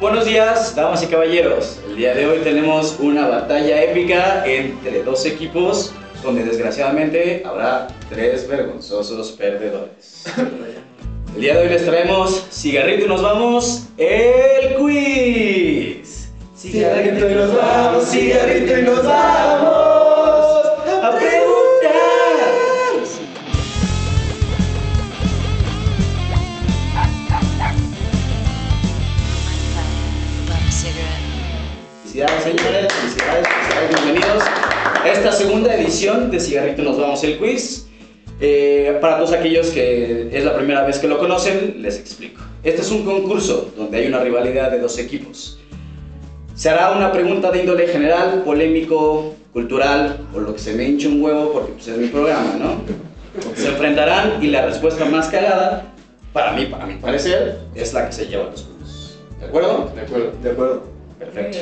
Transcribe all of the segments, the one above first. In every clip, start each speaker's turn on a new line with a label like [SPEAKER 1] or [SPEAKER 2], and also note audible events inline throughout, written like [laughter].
[SPEAKER 1] Buenos días, damas y caballeros. El día de hoy tenemos una batalla épica entre dos equipos donde desgraciadamente habrá tres vergonzosos perdedores. El día de hoy les traemos Cigarrito y nos vamos, el quiz.
[SPEAKER 2] Cigarrito y nos vamos, cigarrito y nos vamos
[SPEAKER 1] a preguntar.
[SPEAKER 3] Bum cigarette.
[SPEAKER 1] Felicidades, señores. Felicidades, felicidades. Bienvenidos a esta segunda edición de Cigarrito Nos Vamos el Quiz. Eh, para todos aquellos que es la primera vez que lo conocen, les explico. Este es un concurso donde hay una rivalidad de dos equipos. Se hará una pregunta de índole general, polémico, cultural o lo que se me hinche un huevo porque pues, es mi programa, ¿no? Se enfrentarán y la respuesta más cagada, para mí, para mi parecer, es la que se lleva los puntos. ¿De acuerdo?
[SPEAKER 4] De acuerdo.
[SPEAKER 2] De acuerdo.
[SPEAKER 1] Perfecto.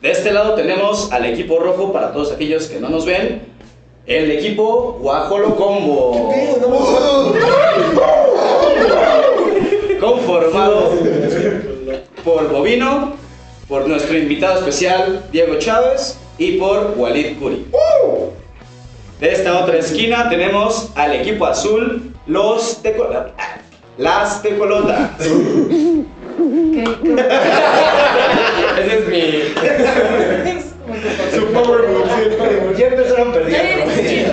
[SPEAKER 1] De este lado tenemos al equipo rojo para todos aquellos que no nos ven. El equipo Guajolo Combo. Conformado por Bovino, por nuestro invitado especial Diego Chávez y por Walid Curi. De esta otra esquina tenemos al equipo azul, los Tecolota. Las Tecolota. Ese es mi.
[SPEAKER 2] Su power move, su power move.
[SPEAKER 1] Ya empezaron
[SPEAKER 5] Nadie
[SPEAKER 1] perdiendo.
[SPEAKER 5] les entiende.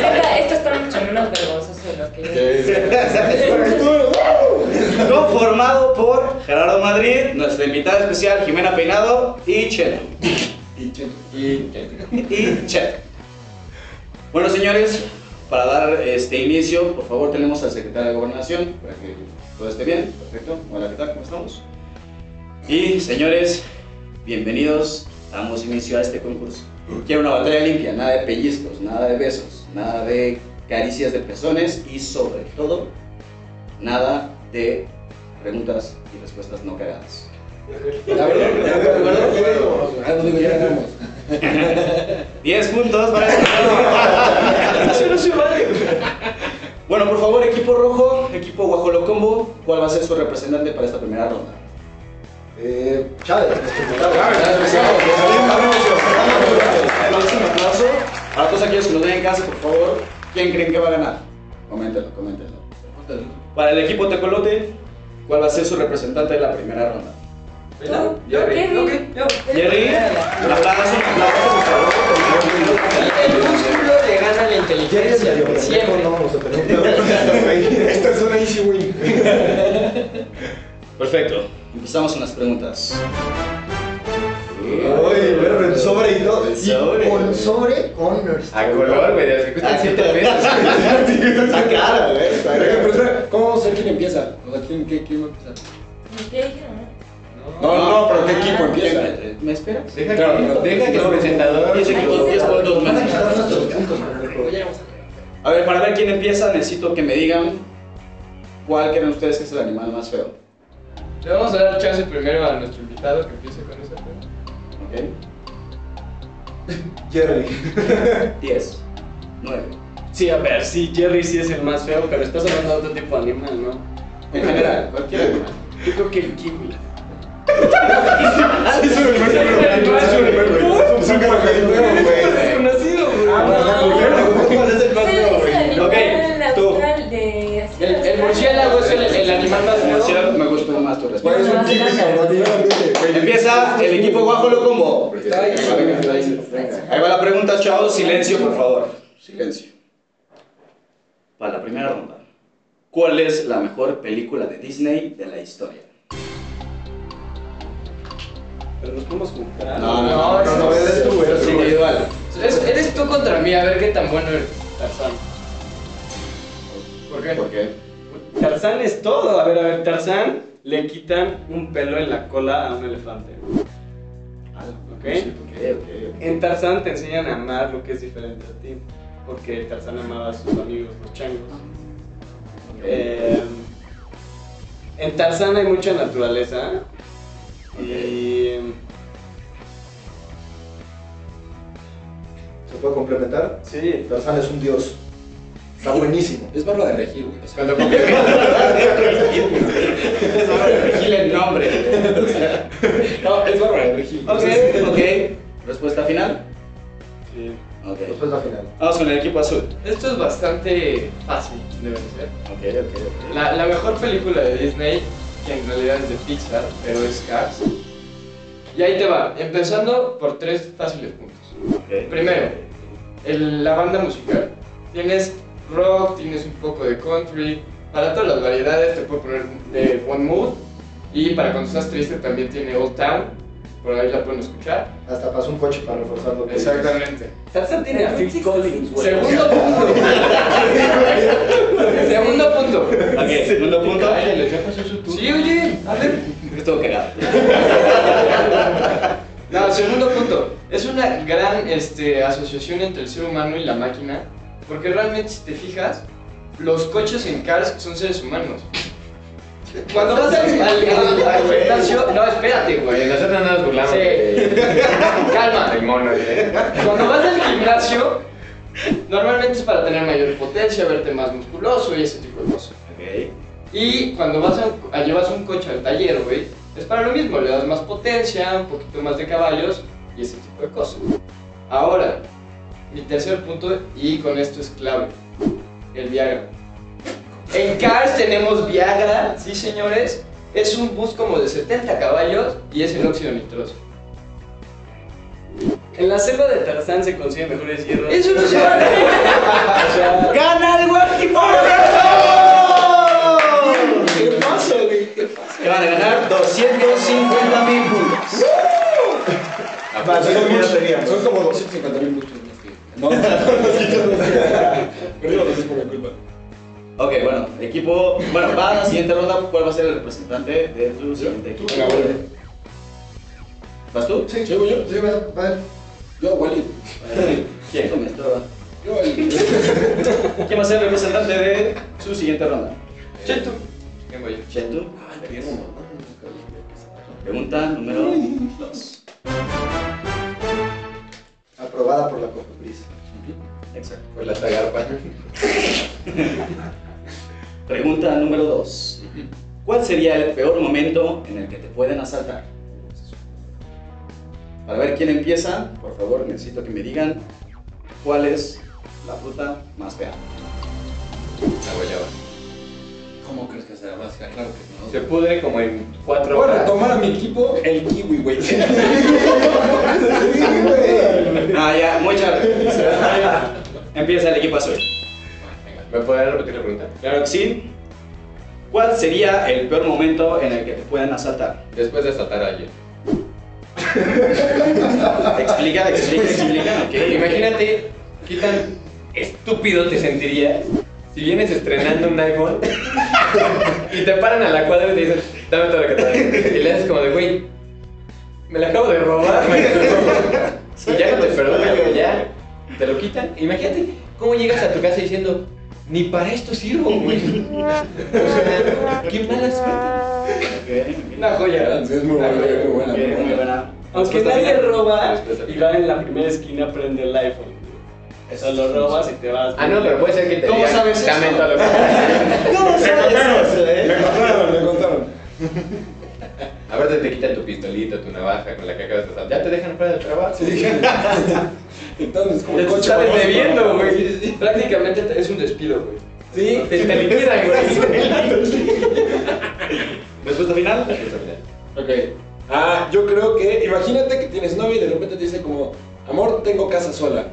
[SPEAKER 5] La neta, esto está mucho menos vergonzoso de lo que yo.
[SPEAKER 1] [laughs] Conformado por Gerardo Madrid, nuestra invitada especial Jimena Peinado y Chelo. Y Chelo. Bueno, señores, para dar este inicio, por favor, tenemos al secretario de Gobernación para que todo esté bien. Perfecto. Hola, ¿qué tal? ¿Cómo estamos? Y, señores, bienvenidos. Damos inicio a este concurso. Quiero una batalla limpia, nada de pellizcos, nada de besos, nada de caricias de pezones y, sobre todo, nada de preguntas y respuestas no cagadas.
[SPEAKER 4] La verdad, la verdad, la verdad.
[SPEAKER 2] Ah, no digo, ya ganamos.
[SPEAKER 1] 10 puntos para este juego. Bueno, por favor, equipo rojo, equipo Guajolo Combo, ¿cuál va a ser su representante para esta primera ronda?
[SPEAKER 2] Eh, Chávez.
[SPEAKER 1] Aplauso, un aplauso. Para todos aquellos que nos ven en casa, por favor, ¿quién creen que va a ganar? Coméntenlo, coméntenlo. Para el equipo Tecolote, ¿cuál va a ser su representante de la primera ronda?
[SPEAKER 5] ¿Tú? ¿Yo qué?
[SPEAKER 4] Yo,
[SPEAKER 5] ¿Yo
[SPEAKER 4] yo.
[SPEAKER 1] Jerry, un aplauso, un aplauso, por
[SPEAKER 4] El
[SPEAKER 1] favor.
[SPEAKER 4] músculo le gana la
[SPEAKER 2] Jerry es
[SPEAKER 4] inteligencia.
[SPEAKER 2] medio pendejo,
[SPEAKER 4] Siempre.
[SPEAKER 2] no vamos a tener Esta es una easy win.
[SPEAKER 1] Perfecto. Empezamos con las preguntas.
[SPEAKER 2] Uy, bueno, el sobre y todo.
[SPEAKER 1] El sobre.
[SPEAKER 2] Y con sobre con nuestra.
[SPEAKER 4] A color, güey, de los que
[SPEAKER 1] Ah,
[SPEAKER 4] cuestan
[SPEAKER 1] sí,
[SPEAKER 4] 7
[SPEAKER 1] te-
[SPEAKER 4] pesos. [laughs]
[SPEAKER 2] Está cara, güey.
[SPEAKER 4] Pero,
[SPEAKER 2] Pero
[SPEAKER 4] pero,
[SPEAKER 2] espera, ¿cómo vamos a ver quién empieza? O sea, ¿quién, qué, ¿quién va a empezar?
[SPEAKER 5] ¿Qué dijeron? no?
[SPEAKER 2] No, no, no, pero ¿qué equipo
[SPEAKER 5] Ah,
[SPEAKER 2] empieza?
[SPEAKER 1] ¿Me esperas?
[SPEAKER 4] Deja
[SPEAKER 2] Claro,
[SPEAKER 4] que, deja que
[SPEAKER 2] no,
[SPEAKER 4] el
[SPEAKER 2] no.
[SPEAKER 4] presentador.
[SPEAKER 1] Dice que los 10 puntos
[SPEAKER 2] Van a quitar
[SPEAKER 1] más.
[SPEAKER 2] nuestros puntos, manejo.
[SPEAKER 1] A ver, para ver quién empieza, necesito que me digan cuál creen ustedes que es el animal más feo.
[SPEAKER 4] Le vamos a dar chance primero a nuestro invitado que empiece con esa pregunta.
[SPEAKER 1] ¿Ok?
[SPEAKER 2] Jerry.
[SPEAKER 1] 10, 9.
[SPEAKER 6] Sí, a ver, sí, Jerry sí es el más feo, pero estás hablando de otro tipo de animal, ¿no?
[SPEAKER 1] En general, cualquier animal.
[SPEAKER 6] Yo creo que el kiwi.
[SPEAKER 2] Sí, es un animal, pero- es un animal, güey. Es un carajadito, güey.
[SPEAKER 6] Desconocido,
[SPEAKER 4] Ah,
[SPEAKER 2] ¿Cuál es el
[SPEAKER 5] Sí, es el animal
[SPEAKER 1] Ok, tú.
[SPEAKER 5] austral de- así,
[SPEAKER 4] El- el
[SPEAKER 5] austral.
[SPEAKER 4] murciélago es el- el animal más-
[SPEAKER 1] Como sea, Me gustó más tu respuesta.
[SPEAKER 2] Parece un tigre, cabrón, y yo lo dije, güey.
[SPEAKER 1] Empieza el equipo Guajolo Combo.
[SPEAKER 2] Está ahí, está ahí, está ahí.
[SPEAKER 1] Ahí va la pregunta, chavos. Silencio, por favor. Silencio. Para la primera ronda. ¿Cuál es la mejor película de Disney de la historia?
[SPEAKER 6] Pero nos podemos juntar.
[SPEAKER 1] No, no,
[SPEAKER 4] no, no, no,
[SPEAKER 2] eres tú, eres tú.
[SPEAKER 1] Individual.
[SPEAKER 4] Es- eres tú contra mí, a ver qué tan bueno eres.
[SPEAKER 6] Tarzán.
[SPEAKER 4] ¿Por qué?
[SPEAKER 1] ¿Por qué?
[SPEAKER 6] Tarzán es todo. A ver, a ver, Tarzán le quitan un pelo en la cola a un elefante. ¿Ok? En Tarzán te enseñan a amar lo que es diferente a ti. Porque Tarzán amaba a sus amigos, los changos. Eh, en Tarzán hay mucha naturaleza. Y.
[SPEAKER 2] ¿Se puede complementar?
[SPEAKER 6] Sí.
[SPEAKER 2] Tarzán es un dios. Está buenísimo.
[SPEAKER 7] Es barba de regil,
[SPEAKER 4] [laughs]
[SPEAKER 7] güey. O sea,
[SPEAKER 4] Cuando compré,
[SPEAKER 1] Es barba de regil el nombre.
[SPEAKER 7] no, es barba de regil.
[SPEAKER 1] Ok, ok. Respuesta final.
[SPEAKER 6] Sí.
[SPEAKER 1] Ok.
[SPEAKER 2] Respuesta final.
[SPEAKER 1] Vamos con el equipo azul.
[SPEAKER 4] esto es bastante fácil de vencer.
[SPEAKER 1] Ok, ok,
[SPEAKER 4] La, la mejor película de Disney, que en realidad es de Pixar, pero es Cars. Y ahí te va, empezando por tres fáciles puntos. Primero, el- la banda musical. Tienes rock, tienes un poco de country, para todas las variedades te puedo poner de One Mood. Y para cuando estás triste también tiene Old Town, por ahí la pueden escuchar.
[SPEAKER 2] Hasta pasó un coche para reforzar lo que
[SPEAKER 4] Exactamente.
[SPEAKER 6] Tarzan tiene a Phil Collins, güey.
[SPEAKER 4] Segundo punto. [laughs] Segundo punto.
[SPEAKER 1] Ok, segundo punto.
[SPEAKER 4] Cállale, ya pasó su turno. Sí, oye, a ver.
[SPEAKER 1] Estuvo cagado.
[SPEAKER 4] No, segundo punto. Es una gran este, asociación entre el ser humano y la máquina. Porque realmente, si te fijas, los coches en cars son seres humanos. Cuando vas al, al- al- al gimnasio. No, espérate, güey.
[SPEAKER 8] Oye, nosotros no nos burlamos
[SPEAKER 4] Sí.
[SPEAKER 8] de-
[SPEAKER 4] Calma.
[SPEAKER 8] del mono. ¿eh?
[SPEAKER 4] Cuando vas al gimnasio, normalmente es para tener mayor potencia, verte más musculoso y ese tipo de cosas.
[SPEAKER 1] Ok.
[SPEAKER 4] Y cuando vas a, a- llevas un coche al taller, güey, es para lo mismo, le das más potencia, un poquito más de caballos y ese tipo de cosas. Ahora, mi tercer punto, y con esto es clave, el Viagra. En Cars tenemos Viagra, sí señores, es un bus como de 70 caballos y es el óxido nitroso.
[SPEAKER 6] En la selva de Tarzán se consiguen mejores hierbas.
[SPEAKER 4] Eso no se [laughs] vale.
[SPEAKER 6] O sea,
[SPEAKER 1] ¡Gana el
[SPEAKER 6] ¿Qué pasa, güey?
[SPEAKER 1] Que van a ganar 250 mil puntos.
[SPEAKER 2] Ah, sí, ya teníamos.
[SPEAKER 7] Son como 250 mil este puntos. No, no, Perdimos los 10 por mi culpa.
[SPEAKER 1] Ok, bueno, equipo. Bueno, va a la siguiente ronda. ¿Cuál va a ser el representante de tu siguiente
[SPEAKER 7] Tú,
[SPEAKER 1] equipo?
[SPEAKER 7] venga, vuelve.
[SPEAKER 1] ¿Vas tú?
[SPEAKER 7] Sí,
[SPEAKER 2] Sí,
[SPEAKER 7] voy yo.
[SPEAKER 2] sí, va, va.
[SPEAKER 7] Yo, Wally.
[SPEAKER 1] [laughs] ¿Quién? Esto me estorba.
[SPEAKER 7] Yo, Wally.
[SPEAKER 1] ¿Quién va a ser el representante de su siguiente ronda?
[SPEAKER 4] Cheto. Eh, ¿Quién voy yo? Ah,
[SPEAKER 1] Chetu. Pregunta número 2.
[SPEAKER 2] Aprobada por la Cofepris.
[SPEAKER 1] Exacto.
[SPEAKER 8] Por la tagarpa.
[SPEAKER 1] [laughs] Pregunta número 2. ¿Cuál sería el peor momento en el que te pueden asaltar? Para ver quién empieza, por favor, necesito que me digan cuál es la fruta más fea.
[SPEAKER 8] La guayaba.
[SPEAKER 7] ¿Cómo crees que será más? Claro que no.
[SPEAKER 8] Se pudre como en cuatro
[SPEAKER 7] Voy a
[SPEAKER 8] horas.
[SPEAKER 7] retomar a mi equipo, el kiwi, güey.
[SPEAKER 1] Ah, ya, muchas Empieza el equipo azul.
[SPEAKER 8] Venga, ¿Me podrán repetir la pregunta?
[SPEAKER 1] Claro que sí. ¿Cuál sería el peor momento en el que te pueden asaltar?
[SPEAKER 8] Después de asaltar a
[SPEAKER 1] [laughs]
[SPEAKER 8] alguien.
[SPEAKER 1] Explica, explica, explica. ok.
[SPEAKER 8] Imagínate qué tan estúpido te sentirías si vienes estrenando un iPhone y te paran a la cuadra y te dicen, dame todo lo que traes. Y le haces como de, güey, me la acabo de robar. me la acabo de robar". Y ya no te perdonan, güey, ya te lo quitan. Imagínate cómo llegas a tu casa diciendo, ni para esto sirvo, güey. O sea, qué mala suerte.
[SPEAKER 4] Una joya.
[SPEAKER 7] Es muy buena, es muy buena.
[SPEAKER 1] Ok,
[SPEAKER 7] muy
[SPEAKER 1] muy
[SPEAKER 7] buena.
[SPEAKER 1] buena.
[SPEAKER 6] Aunque
[SPEAKER 8] Respuesta
[SPEAKER 6] nadie
[SPEAKER 8] final.
[SPEAKER 6] roba
[SPEAKER 8] Respuesta
[SPEAKER 6] y
[SPEAKER 8] final.
[SPEAKER 6] va en la primera esquina, prende el iPhone. Eso lo robas y te vas.
[SPEAKER 8] Ah, no, pero puede ser que te
[SPEAKER 1] ¿Cómo
[SPEAKER 8] digan,
[SPEAKER 1] sabes eso?
[SPEAKER 8] dame todo lo que traes".
[SPEAKER 1] ¿Cómo sabes eso, eh?
[SPEAKER 7] Me contaron, me contaron.
[SPEAKER 8] Aparte te quitan tu pistolita, tu navaja con la que acabas de asaltar. Ya te dejan fuera del trabajo.
[SPEAKER 7] Sí. Entonces, como el
[SPEAKER 4] Te
[SPEAKER 7] coche.
[SPEAKER 4] está
[SPEAKER 7] famoso,
[SPEAKER 4] debiendo,
[SPEAKER 7] ¿no?
[SPEAKER 4] güey. Prácticamente es un despido, güey.
[SPEAKER 8] Sí, te, te liquidan, güey.
[SPEAKER 1] Respuesta final.
[SPEAKER 7] Ok. Ah, yo creo que, imagínate que tienes novia y de repente te dice como, amor, tengo casa sola.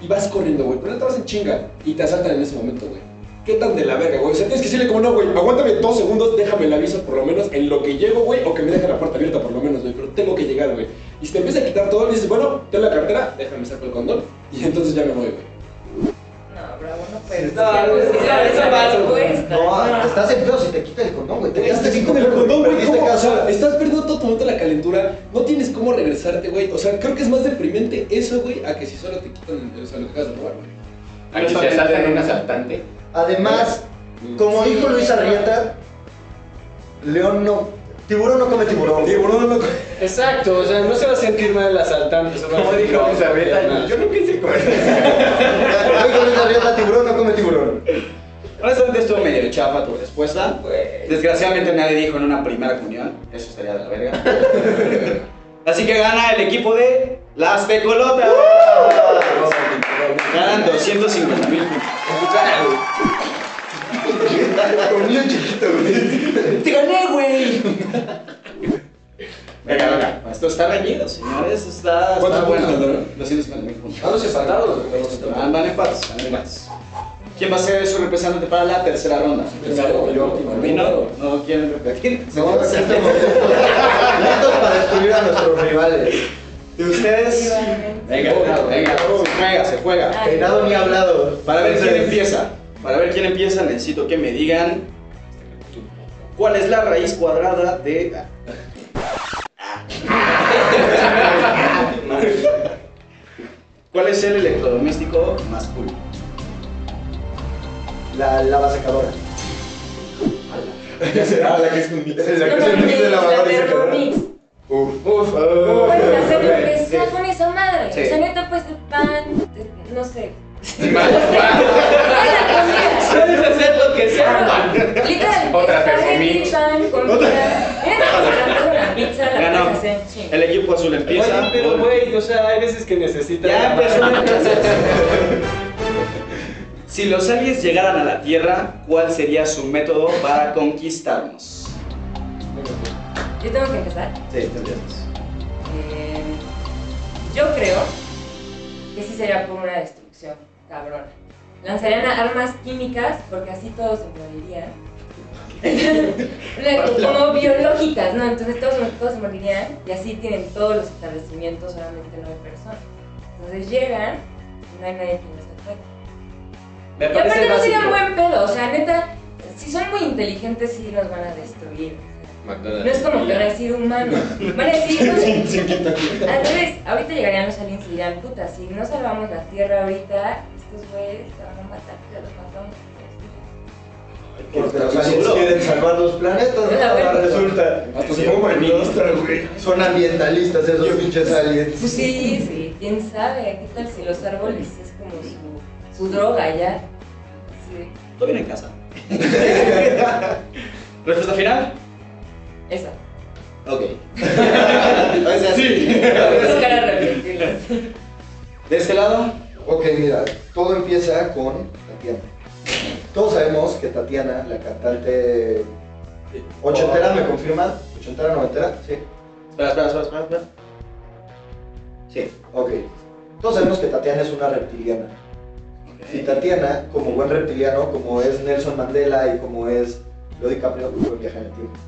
[SPEAKER 7] Y vas corriendo, güey, pero no te vas en chinga. Y te asaltan en ese momento, güey. ¿Qué tan de la verga, güey? O sea, tienes que decirle como, no, güey, aguántame dos segundos, déjame el aviso por lo menos en lo que llego, güey, o que me deje la puerta abierta por lo menos, güey, pero tengo que llegar, güey. Y si te empieza a quitar todo, le dices, bueno, ten la cartera, déjame saco el condón. Y entonces ya me voy, güey.
[SPEAKER 5] No, bravo, no puedes.
[SPEAKER 4] No, no,
[SPEAKER 5] Esa es la
[SPEAKER 4] no, no, no,
[SPEAKER 5] respuesta.
[SPEAKER 2] No, estás en pedo si te quita el condón, güey. Te
[SPEAKER 7] Estás
[SPEAKER 2] quedaste sin
[SPEAKER 7] perdiendo el condón, güey. este
[SPEAKER 2] perdiste
[SPEAKER 7] ¿cómo? O
[SPEAKER 2] casa.
[SPEAKER 7] sea, estás perdiendo todo tu momento la calentura. No tienes cómo regresarte, güey. O sea, creo que es más deprimente eso, güey, a que si solo te quitan o sea, lo que acabas de robar, güey.
[SPEAKER 8] Aquí se asaltan a un asaltante.
[SPEAKER 2] Además, como dijo Luis Arrieta, León no. Tiburón no come tiburón.
[SPEAKER 7] Tiburón loco.
[SPEAKER 6] Exacto, o sea, no se va a sentir mal el asaltante. se va a
[SPEAKER 8] Como
[SPEAKER 6] sentir
[SPEAKER 8] dijo
[SPEAKER 6] mal.
[SPEAKER 8] Isabela, yo no quise comer.
[SPEAKER 2] Como dijo Luis Arrieta, tiburón no come tiburón.
[SPEAKER 1] bastante estuvo medio chafa tu respuesta. Desgraciadamente nadie dijo en una primera comunión. Eso estaría de la verga. Así que gana el equipo de Las Tecolotas. Ganan 250 mil puntos.
[SPEAKER 2] Con niño chiquito, güey.
[SPEAKER 1] ¡Te gané, güey! Venga, venga. Esto está reñido, señores. Está, está
[SPEAKER 7] ¿Cuántos
[SPEAKER 1] bueno. Ah,
[SPEAKER 7] puntos ganaron?
[SPEAKER 1] 250 mil puntos.
[SPEAKER 7] ¿Vamos empatados o tenemos
[SPEAKER 1] Ah, Van empates, van empates. ¿Quién va a ser su representante para la tercera ronda?
[SPEAKER 7] Claro, yo.
[SPEAKER 1] ¿Vino? ¿No quieren repetir?
[SPEAKER 2] No, aquí
[SPEAKER 7] [laughs]
[SPEAKER 2] estamos listos para destruir a nuestros rivales.
[SPEAKER 1] ¿Y ustedes? Venga, venga, venga. Se juega, se juega.
[SPEAKER 2] Peinado ni hablado.
[SPEAKER 1] Para ver quién
[SPEAKER 2] Entonces,
[SPEAKER 1] empieza. Para ver quién empieza necesito que me digan cuál es la raíz cuadrada de... ¿Cuál es el electrodoméstico más cool?
[SPEAKER 2] La, la secadora.
[SPEAKER 7] Ya [laughs] será la que es un
[SPEAKER 2] Es la
[SPEAKER 5] No,
[SPEAKER 2] que
[SPEAKER 5] no,
[SPEAKER 2] se
[SPEAKER 5] no,
[SPEAKER 2] mete la
[SPEAKER 5] la
[SPEAKER 2] lavadora y secadora.
[SPEAKER 5] Thermomix.
[SPEAKER 7] Uf, uf,
[SPEAKER 5] Puedes hacer lo que
[SPEAKER 7] uf.
[SPEAKER 5] sea con esa madre.
[SPEAKER 1] Sí.
[SPEAKER 5] O sea, neta puedes hacer pan, te-
[SPEAKER 4] [laughs]
[SPEAKER 5] no sé. Puedes hacer
[SPEAKER 8] Puedes hacer lo que sea,
[SPEAKER 5] comida.
[SPEAKER 8] man.
[SPEAKER 5] Literal,
[SPEAKER 8] Otra
[SPEAKER 5] espagueti,
[SPEAKER 8] Thermomix.
[SPEAKER 5] pan, comida. Mira, te hacer una pizza, la
[SPEAKER 1] Ganó.
[SPEAKER 5] puedes hacer en chinga.
[SPEAKER 1] El equipo azul empieza.
[SPEAKER 6] Oye, pero güey, o sea, hay veces que necesitas.
[SPEAKER 1] Ya empezó la clase. Si los aliens llegaran a la Tierra, ¿cuál sería su método para conquistarnos?
[SPEAKER 5] Yo tengo que empezar.
[SPEAKER 1] Sí, tendríamos.
[SPEAKER 5] Eh, yo creo que sí sería por una destrucción, cabrona. Lanzarían armas químicas porque así todos se
[SPEAKER 6] [laughs]
[SPEAKER 5] morirían. No, como biológicas, ¿no? Entonces todos, se- todos se morirían y así tienen todos los establecimientos, solamente nueve personas. Entonces llegan y no hay nadie que los ataque.
[SPEAKER 6] Me
[SPEAKER 5] Y aparte
[SPEAKER 6] parece
[SPEAKER 5] no sería
[SPEAKER 6] básico.
[SPEAKER 5] buen pedo, o sea, neta, si son muy inteligentes sí los van a destruir. o sea. No es como que residuo humano. Van a decir, no sé, al revés, ahorita llegarían los aliens y dirán, puta, si no salvamos la Tierra ahorita, estos güeyes se van a matar, ya los matamos.
[SPEAKER 2] Que los aliens quieren salvar los planetas, ¿no?
[SPEAKER 5] Está bueno.
[SPEAKER 2] Ahora resulta.
[SPEAKER 7] Hasta se pongo el ministro, güey.
[SPEAKER 2] Son ambientalistas esos pinches aliens.
[SPEAKER 5] Pues sí, sí, quién sabe, qué tal si los árboles es como su, su droga ya. Sí,
[SPEAKER 1] Todo bien en casa. [laughs] ¿Respuesta final?
[SPEAKER 5] esa.
[SPEAKER 1] Ok.
[SPEAKER 7] [laughs]
[SPEAKER 1] O
[SPEAKER 2] [laughs]
[SPEAKER 1] sea, sí.
[SPEAKER 5] Tengo que arrepentirlos.
[SPEAKER 1] De este lado,
[SPEAKER 2] Ok, mira, todo empieza con Tatiana. Todos sabemos que Tatiana, la cantante ochentera, ¿me confirma? ¿Ochentera, noventera? Sí.
[SPEAKER 1] espera, espera, espera, espera. espera. Sí.
[SPEAKER 2] Ok. Todos sabemos que Tatiana es una reptiliana. Y Tatiana, como buen reptiliano, como es Nelson Mandela y como es Leo DiCaprio, fue viaje en el tiempo.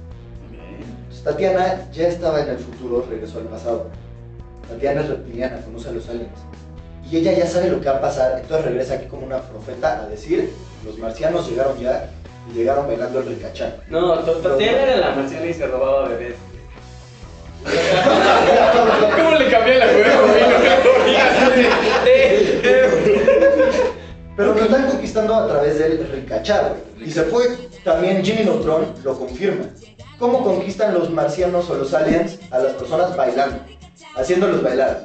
[SPEAKER 2] Entonces, Tatiana ya estaba en el futuro, regresó al pasado. Tatiana es reptiliana, conoce a los aliens. Y ella ya sabe lo que va a pasar, entonces regresa aquí como una profeta a decir, los marcianos llegaron ya y llegaron bailando el ricachán.
[SPEAKER 6] No, T- Tatiana era la marciana y se robaba bebés.
[SPEAKER 8] [laughs] ¿Cómo le cambié la
[SPEAKER 6] [laughs]
[SPEAKER 8] juego?
[SPEAKER 2] Pero nos están conquistando a través del ricachado. Y se fue también Jimmy Neutron, lo confirma. ¿Cómo conquistan los marcianos o los aliens a las personas bailando? Haciéndolos bailar.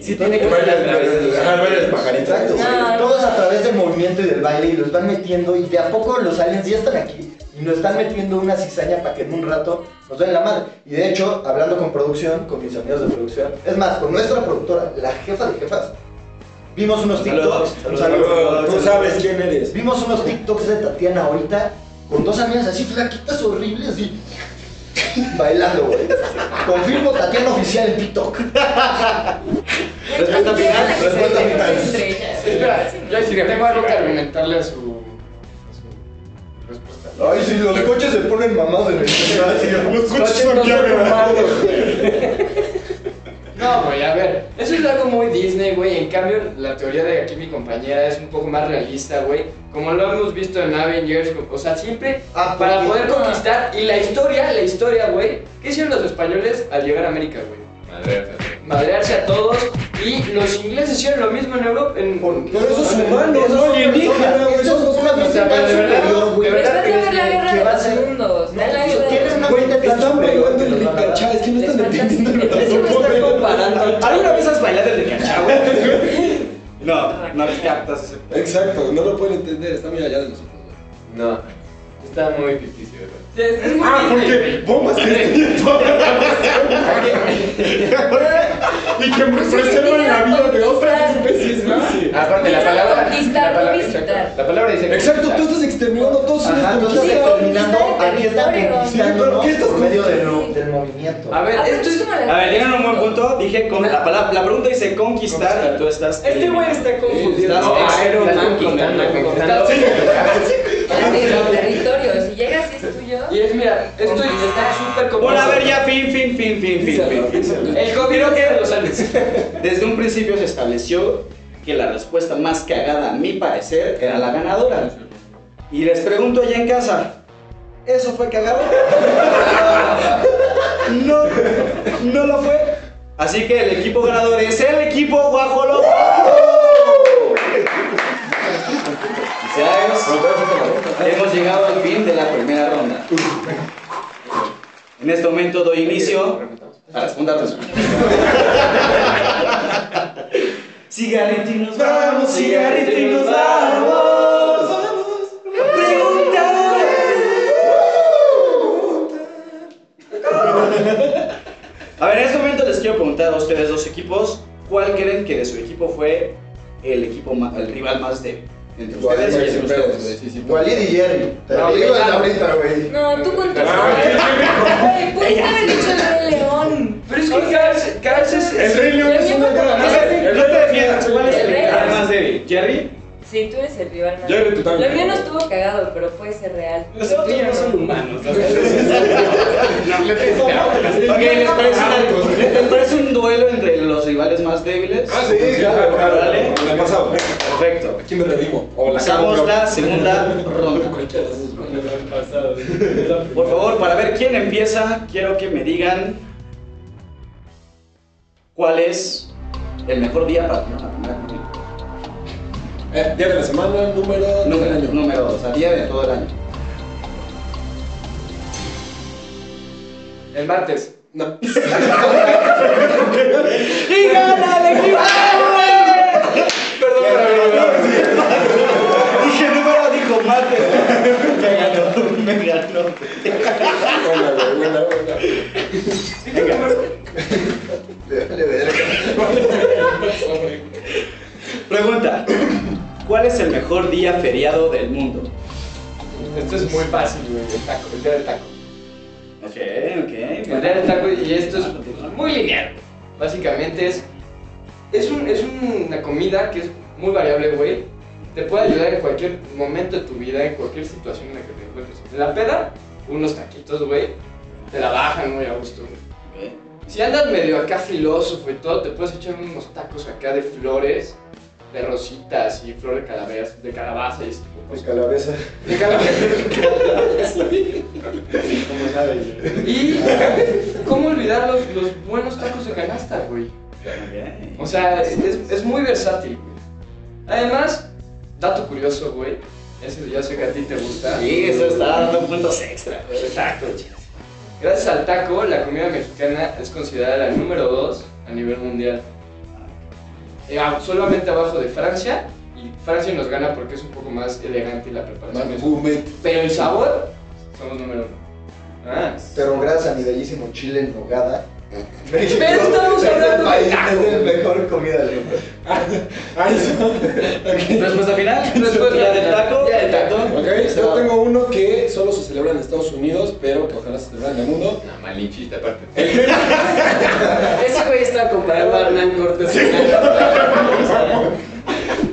[SPEAKER 6] Sí, tiene que
[SPEAKER 7] Baila el-
[SPEAKER 6] ser.
[SPEAKER 7] ajá, baila el pajarito.
[SPEAKER 2] Exacto.
[SPEAKER 5] No, no.
[SPEAKER 2] Todos a través del movimiento y del baile y los van metiendo y de a poco los aliens ya están aquí y nos están metiendo una cizaña para que en un rato nos den la madre. Y de hecho, hablando con producción, con mis amigos de producción, es más, con nuestra productora, la jefa de jefas, vimos unos
[SPEAKER 1] Saludos,
[SPEAKER 2] TikToks. un
[SPEAKER 1] saludos,
[SPEAKER 2] saludo.
[SPEAKER 1] saludos.
[SPEAKER 7] Tú sabes quién eres.
[SPEAKER 2] Vimos unos TikToks de Tatiana ahorita con dos amigas así flaquitas horribles y [laughs] bailando, güey. Confirmo Tatiana oficial en TikTok.
[SPEAKER 1] Respuesta final, respuesta final.
[SPEAKER 4] Espera, yo sí tengo algo que argumentarle a su.
[SPEAKER 2] Ay, si los coches se ponen mamados en el gimnasio. Los
[SPEAKER 6] Coches no son humanos.
[SPEAKER 4] No, güey, a ver, eso es algo muy Disney, güey. En cambio, la teoría de aquí mi compañera es un poco más realista, güey. Como lo hemos visto en Avengers, o sea, siempre
[SPEAKER 2] Ah,
[SPEAKER 4] para
[SPEAKER 2] porque-
[SPEAKER 4] poder conquistar. Y la historia, la historia, güey. ¿Qué hicieron los españoles al llegar a América, güey? Madrearse a todos. Y los ingleses hicieron lo mismo en Europa. En...
[SPEAKER 7] Pero esos humanos, no alienígenas, güey. Esos no
[SPEAKER 2] personas,
[SPEAKER 4] O sea, pero de verdad, de
[SPEAKER 5] Pero
[SPEAKER 4] verdad
[SPEAKER 5] después de ver la
[SPEAKER 4] pensé-
[SPEAKER 5] guerra
[SPEAKER 2] que
[SPEAKER 5] de
[SPEAKER 2] va a
[SPEAKER 5] los
[SPEAKER 2] ser-
[SPEAKER 5] mundos,
[SPEAKER 2] No,
[SPEAKER 5] la guerra de
[SPEAKER 2] tienes
[SPEAKER 5] los
[SPEAKER 2] una-
[SPEAKER 5] mundos.
[SPEAKER 7] Güey, te están bailando el ricachá. Es que no
[SPEAKER 5] Les
[SPEAKER 7] están
[SPEAKER 5] falta
[SPEAKER 7] entendiendo lo
[SPEAKER 5] así.
[SPEAKER 7] que están
[SPEAKER 5] Eso no está
[SPEAKER 4] Ah,
[SPEAKER 7] comparando.
[SPEAKER 5] comparando.
[SPEAKER 1] ¿Alguna vez has bailado el de [laughs] cachao? No, no les captas ese.
[SPEAKER 7] Exacto, no lo pueden entender. Está muy allá de nosotros, güey.
[SPEAKER 8] No, está muy ficticio, güey.
[SPEAKER 4] Sí, es- es muy
[SPEAKER 2] Ah,
[SPEAKER 4] Disney.
[SPEAKER 2] porque bombas que destruyen toda
[SPEAKER 7] [laughs]
[SPEAKER 2] Y Pues que me preservan la vida de otras especies, ¿no?
[SPEAKER 8] Aparte, la
[SPEAKER 5] Quiero
[SPEAKER 8] palabra.
[SPEAKER 5] conquistar,
[SPEAKER 8] la, palabra
[SPEAKER 5] conquistar.
[SPEAKER 8] exacto, la palabra dice.
[SPEAKER 7] Exacto, tú
[SPEAKER 8] conquistar.
[SPEAKER 7] estás exterminando a todos
[SPEAKER 2] pues, Ajá,
[SPEAKER 7] sus
[SPEAKER 2] entonces
[SPEAKER 5] Sí,
[SPEAKER 2] terminando,
[SPEAKER 5] conquistar el
[SPEAKER 2] aquí está
[SPEAKER 5] territorio.
[SPEAKER 2] conquistándonos
[SPEAKER 7] Sí, pero
[SPEAKER 2] por
[SPEAKER 7] ¿qué estás
[SPEAKER 2] medio del,
[SPEAKER 5] conquistando?
[SPEAKER 2] del movimiento.
[SPEAKER 4] A ver,
[SPEAKER 5] Aparte,
[SPEAKER 4] esto
[SPEAKER 5] es
[SPEAKER 4] es.
[SPEAKER 5] como la-
[SPEAKER 1] A ver, llegan a un buen punto. Dije, con la, palabra, la pregunta dice conquistar y tú estás.
[SPEAKER 4] Este güey está confundido.
[SPEAKER 1] Estás
[SPEAKER 8] No,
[SPEAKER 1] exero,
[SPEAKER 8] estás
[SPEAKER 1] man,
[SPEAKER 8] conquistando,
[SPEAKER 1] con-
[SPEAKER 8] conquistando.
[SPEAKER 5] El territorio, si llegas y es tuyo.
[SPEAKER 4] Y es, mira, esto está súper complicado.
[SPEAKER 1] Bueno, a ver, ya, fin, fin, fin, fin, fin.
[SPEAKER 7] Piénsalo,
[SPEAKER 1] fin,
[SPEAKER 7] piénsalo.
[SPEAKER 1] fin.
[SPEAKER 4] El gobierno que los aliens.
[SPEAKER 1] Desde un principio se estableció que la respuesta más cagada, a mi parecer, era la ganadora. Y les pregunto allá en casa, ¿eso fue cagado? [laughs] no, no lo fue. Así que el equipo ganador es el equipo Guajolo. Felicidades. Hemos llegado al fin de la primera ronda. En este momento doy inicio a la segunda ronda. Cigarrito y nos vamos, cigarrito y nos vamos. Pregunta. A ver, en este momento les quiero preguntar a ustedes dos equipos, ¿cuál creen que de su equipo fue el equipo ma- el rival más débil? Entre ustedes y entre ustedes.
[SPEAKER 2] Walid y Jerry. Te lo
[SPEAKER 4] No,
[SPEAKER 2] digo desde
[SPEAKER 4] claro.
[SPEAKER 2] ahorita, güey.
[SPEAKER 5] No, tú contestas. Güey, Pudiste haber dicho el Rey León.
[SPEAKER 4] Pero es que Cars, Cars es.
[SPEAKER 7] El Rey León es una gran-
[SPEAKER 1] A ver, no te defiendas, ¿cuál es el
[SPEAKER 5] El
[SPEAKER 1] rival
[SPEAKER 5] Rey.
[SPEAKER 1] más débil? ¿Jerry?
[SPEAKER 5] Sí, tú eres el rival más.
[SPEAKER 7] Yo creo que tú
[SPEAKER 5] Lo
[SPEAKER 7] también.
[SPEAKER 5] mío no estuvo cagado, pero puede ser real.
[SPEAKER 6] Los otros no son humanos. o sea,
[SPEAKER 2] "Ah,
[SPEAKER 1] Ok, ¿les parece, una- ¿les parece un duelo entre los rivales más débiles? Pues
[SPEAKER 7] Ah, sí, claro, claro.
[SPEAKER 1] Dale.
[SPEAKER 7] La pasado.
[SPEAKER 1] Perfecto.
[SPEAKER 7] Aquí me redimo. O la cago,
[SPEAKER 1] Pasamos
[SPEAKER 7] pero-
[SPEAKER 1] la segunda ronda.
[SPEAKER 7] Cualquiera de esos, güey.
[SPEAKER 6] lo han pasado. Esa-
[SPEAKER 1] Por favor, para ver quién empieza, quiero que me digan cuál es el mejor día para tener una primera comunión.
[SPEAKER 7] Eh, Día de la semana, número del
[SPEAKER 1] Número,
[SPEAKER 7] año.
[SPEAKER 1] número dos, a día de todo el año.
[SPEAKER 4] El martes.
[SPEAKER 7] No.
[SPEAKER 1] ¡Y gana el equipo!
[SPEAKER 4] Perdón,
[SPEAKER 1] Dije número, dijo mate. [laughs] Me ganó, me ganó.
[SPEAKER 7] Buena, güey, buena, buena.
[SPEAKER 2] Déjale ver.
[SPEAKER 1] Pregunta: ¿Cuál es el mejor día feriado del mundo?
[SPEAKER 4] Esto es muy fácil, güey. El taco, el día del taco.
[SPEAKER 1] Ok, ok. Ah, pues,
[SPEAKER 4] El día del taco, y esto es muy lineal. Básicamente es. Es, un, es una comida que es muy variable, güey. Te puede ayudar en cualquier momento de tu vida, en cualquier situación en la que te encuentres. Te la peda, unos taquitos, güey. Te la bajan muy a gusto, güey.
[SPEAKER 1] Ok.
[SPEAKER 4] Si andas medio acá filósofo y todo, te puedes echar unos tacos acá de flores, de rositas y flor de calaveras, de calabaza y este tipo de
[SPEAKER 2] Pues
[SPEAKER 4] cosas.
[SPEAKER 2] calabaza.
[SPEAKER 4] De calabaza.
[SPEAKER 6] Como saben.
[SPEAKER 4] Y [laughs] cómo olvidar los, los buenos tacos de canasta, güey.
[SPEAKER 1] Ok.
[SPEAKER 4] O sea, es, es muy versátil, güey. Además, dato curioso, güey. Ese yo sé que a ti te gusta.
[SPEAKER 1] Sí, eso está dando puntos extra.
[SPEAKER 4] Exacto, chicas. Gracias al taco, la comida mexicana es considerada la número 2 a nivel mundial. Eh, ah, solamente abajo de Francia. Y Francia nos gana porque es un poco más elegante y la preparación.
[SPEAKER 7] Más
[SPEAKER 4] es-
[SPEAKER 7] gourmet.
[SPEAKER 4] Pero el sabor, somos número uno. Ah.
[SPEAKER 2] Pero gracias a mi bellísimo chile en nogada. México
[SPEAKER 4] estamos
[SPEAKER 2] es el
[SPEAKER 4] hablando de
[SPEAKER 2] país-
[SPEAKER 4] tacos.
[SPEAKER 2] Es la mejor comida del mundo.
[SPEAKER 7] Ah, eso.
[SPEAKER 1] Respuesta final.
[SPEAKER 4] Respuesta
[SPEAKER 1] Día del
[SPEAKER 4] final.
[SPEAKER 1] taco.
[SPEAKER 4] Día del taco.
[SPEAKER 7] Ok, yo tengo uno que solo se celebra en Estados Unidos, pero que ojalá se celebra en el mundo.
[SPEAKER 8] No, malinchista, aparte.
[SPEAKER 7] [laughs]
[SPEAKER 6] Ese güey está comparando a Hernán Cortés.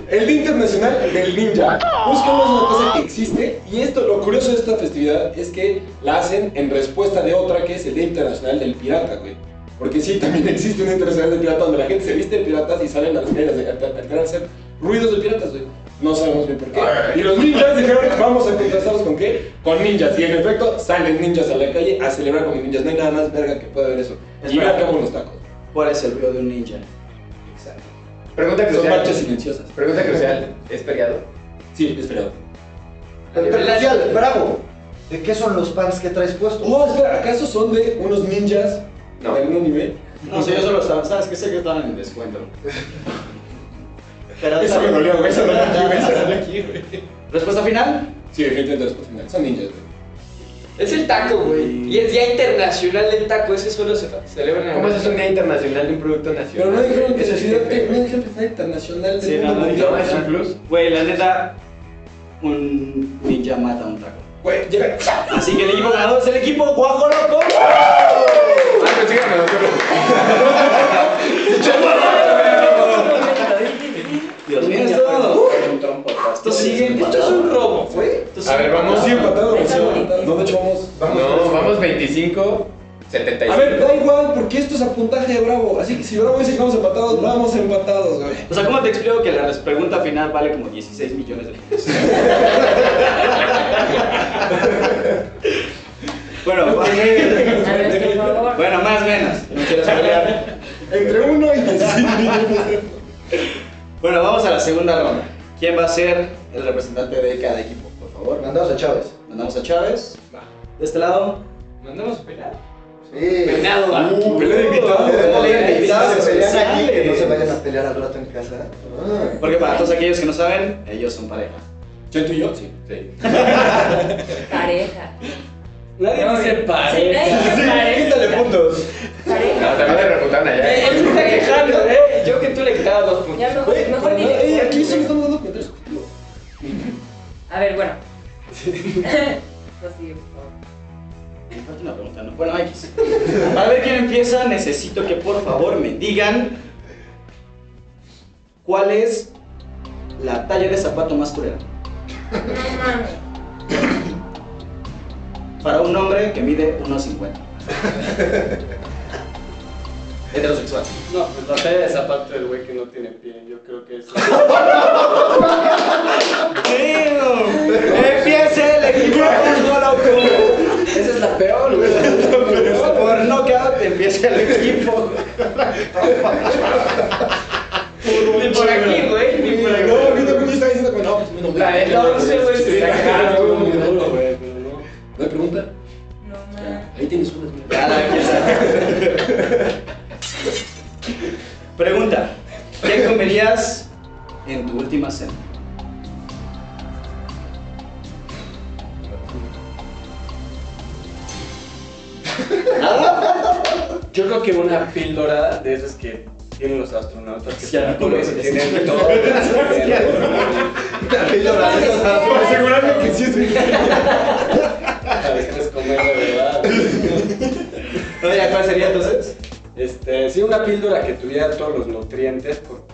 [SPEAKER 7] El Día Internacional del Ninja. Búsquenlo, es una cosa que existe. Y esto, lo curioso de esta festividad es que la hacen en respuesta de otra que es el Día Internacional del Pirata, güey. Porque sí, también existe un Día Internacional del Pirata donde la gente se viste de piratas y salen a las calles de- a a- a hacer ruidos de piratas, güey. No sabemos bien por qué. Y los ninjas dijeron, vamos a contrastarlos con qué? Con ninjas. Y en efecto, salen ninjas a la calle a celebrar como ninjas. No hay nada más verga que pueda haber eso. Y
[SPEAKER 1] Espera.
[SPEAKER 7] acá con los tacos.
[SPEAKER 1] ¿Cuál es el ruido de un ninja?
[SPEAKER 8] Pregunta
[SPEAKER 7] Son marchas
[SPEAKER 8] crucial.
[SPEAKER 7] silenciosas.
[SPEAKER 8] Pregunta crucial. ¿Es feriado?
[SPEAKER 7] Sí, es feriado.
[SPEAKER 2] Pero especial, bravo. ¿De qué son los pants que traes puestos?
[SPEAKER 7] Oh, espera, ¿acaso son de unos ninjas
[SPEAKER 8] No.
[SPEAKER 7] de algún nivel?
[SPEAKER 1] No sé, yo solo estaba, ¿sabes qué? Sé que estaban en descuento. Pero
[SPEAKER 7] Eso me
[SPEAKER 1] está bien.
[SPEAKER 7] dolió, güey. Eso me dolió aquí, güey.
[SPEAKER 1] Respuesta final.
[SPEAKER 7] Sí, definitivamente los patrocinan. Son ninjas, güey.
[SPEAKER 4] Es el taco, güey. Y el Día Internacional del Taco, ese solo se fa- celebra en el
[SPEAKER 8] ¿Cómo es un día internacional de un producto nacional?
[SPEAKER 7] Pero no dijeron que
[SPEAKER 8] Eso
[SPEAKER 7] la
[SPEAKER 8] sí
[SPEAKER 7] ciudad
[SPEAKER 8] está
[SPEAKER 7] que- no
[SPEAKER 8] cañón.
[SPEAKER 7] dijeron que está internacional
[SPEAKER 6] Sí,
[SPEAKER 7] del
[SPEAKER 6] no,
[SPEAKER 7] mundo
[SPEAKER 6] no
[SPEAKER 7] mundial.
[SPEAKER 8] ¿No? ¿Es
[SPEAKER 6] dijeron.
[SPEAKER 8] un plus?
[SPEAKER 1] Güey, la neta, un ninja mata a un taco.
[SPEAKER 7] Güey, llega.
[SPEAKER 1] Así que el equipo ganador es el equipo Guajo Loco.
[SPEAKER 8] Ah, consíganme
[SPEAKER 1] [laughs]
[SPEAKER 8] otro.
[SPEAKER 1] Dios mío, esto, esto sigue
[SPEAKER 7] Esto es un robo, güey.
[SPEAKER 1] Esto
[SPEAKER 8] A
[SPEAKER 1] sigue
[SPEAKER 8] ver, vamos.
[SPEAKER 7] Sí, empatado, güey.
[SPEAKER 5] Está bonito.
[SPEAKER 7] No, de hecho, vamos.
[SPEAKER 8] No, vamos 25,
[SPEAKER 7] A
[SPEAKER 8] 75.
[SPEAKER 7] ver, da igual, porque esto es a puntaje de Bravo. Así que si Bravo dice que vamos empatados, vamos empatados, güey.
[SPEAKER 1] O sea, ¿cómo te explico que la res- pregunta final vale como 16 millones de pesos? bueno, [laughs] va-
[SPEAKER 5] A nuestro favor.
[SPEAKER 1] bueno, más o menos. No quiero spoilear.
[SPEAKER 7] Entre uno y
[SPEAKER 1] Bueno, vamos a la segunda ronda. ¿Quién va a ser el representante de cada equipo? Por favor,
[SPEAKER 2] Mandados a Chávez.
[SPEAKER 1] mandamos a Chávez.
[SPEAKER 4] Va.
[SPEAKER 1] De este lado.
[SPEAKER 4] ¿Mandamos pelar?
[SPEAKER 2] Sí.
[SPEAKER 4] Penado, va.
[SPEAKER 7] Uh, pelea de invitados.
[SPEAKER 1] Pelea de invitados
[SPEAKER 2] Se pelean aquí,
[SPEAKER 1] especiales.
[SPEAKER 2] que no se vayan a pelear al rato en casa. Ah.
[SPEAKER 1] Porque para todos aquellos que no saben, ellos son pareja.
[SPEAKER 7] Yo tú y yo, sí. Sí.
[SPEAKER 5] Pareja.
[SPEAKER 6] Nadie dice
[SPEAKER 5] Sí,
[SPEAKER 6] pareja.
[SPEAKER 5] nadie dice pareja.
[SPEAKER 7] Quítale puntos.
[SPEAKER 5] Pareja.
[SPEAKER 8] No, también te reputaron
[SPEAKER 1] Eh,
[SPEAKER 8] allá.
[SPEAKER 4] Él se está quejando, ¿eh? Yo que tú le quitaba dos puntos.
[SPEAKER 5] Ya mejor,
[SPEAKER 7] Güey,
[SPEAKER 5] mejor
[SPEAKER 7] pero
[SPEAKER 5] ni
[SPEAKER 7] no,
[SPEAKER 5] le
[SPEAKER 7] eh, aquí
[SPEAKER 5] cuento.
[SPEAKER 7] solo estamos dando comentarios contigo.
[SPEAKER 5] A ver, bueno. [laughs] No, sí, por favor.
[SPEAKER 1] Me falta una pregunta, ¿no? Bueno, X. [laughs] Para ver quién empieza, necesito que por favor me digan cuál es la talla de zapato más culera.
[SPEAKER 5] No mames.
[SPEAKER 1] Para un hombre que mide 1.50. Heterosexual.
[SPEAKER 6] No, pues la talla de zapato del güey que no tiene pie, yo creo que es.
[SPEAKER 1] Empieza el equipo loco.
[SPEAKER 4] Esa es la peor, güey.
[SPEAKER 1] Por knockout empieza el equipo.
[SPEAKER 4] Ni por aquí, güey. Ni por aquí.
[SPEAKER 7] No, mira, mí está diciendo que no, pues, no,
[SPEAKER 4] La de 11, güey, se está quejando.
[SPEAKER 7] muy
[SPEAKER 4] güey.
[SPEAKER 7] duro, güey, pero no. ¿No hay pregunta?
[SPEAKER 5] No mames.
[SPEAKER 7] Ahí tienes una. mira.
[SPEAKER 1] Cada empieza. Pregunta. ¿Qué comerías en tu última cena?
[SPEAKER 6] Yo creo que una píldora de esas que tienen los astronautas que
[SPEAKER 1] Sí, a mí
[SPEAKER 6] como
[SPEAKER 1] me
[SPEAKER 6] que
[SPEAKER 1] parece. [laughs]
[SPEAKER 6] tienen todo.
[SPEAKER 7] Para asegurarme que sí es mi
[SPEAKER 6] Para después comer de verdad.
[SPEAKER 1] Oye, ¿cuál sería entonces?
[SPEAKER 6] Este, sí, una píldora que tuviera todos los nutrientes. por-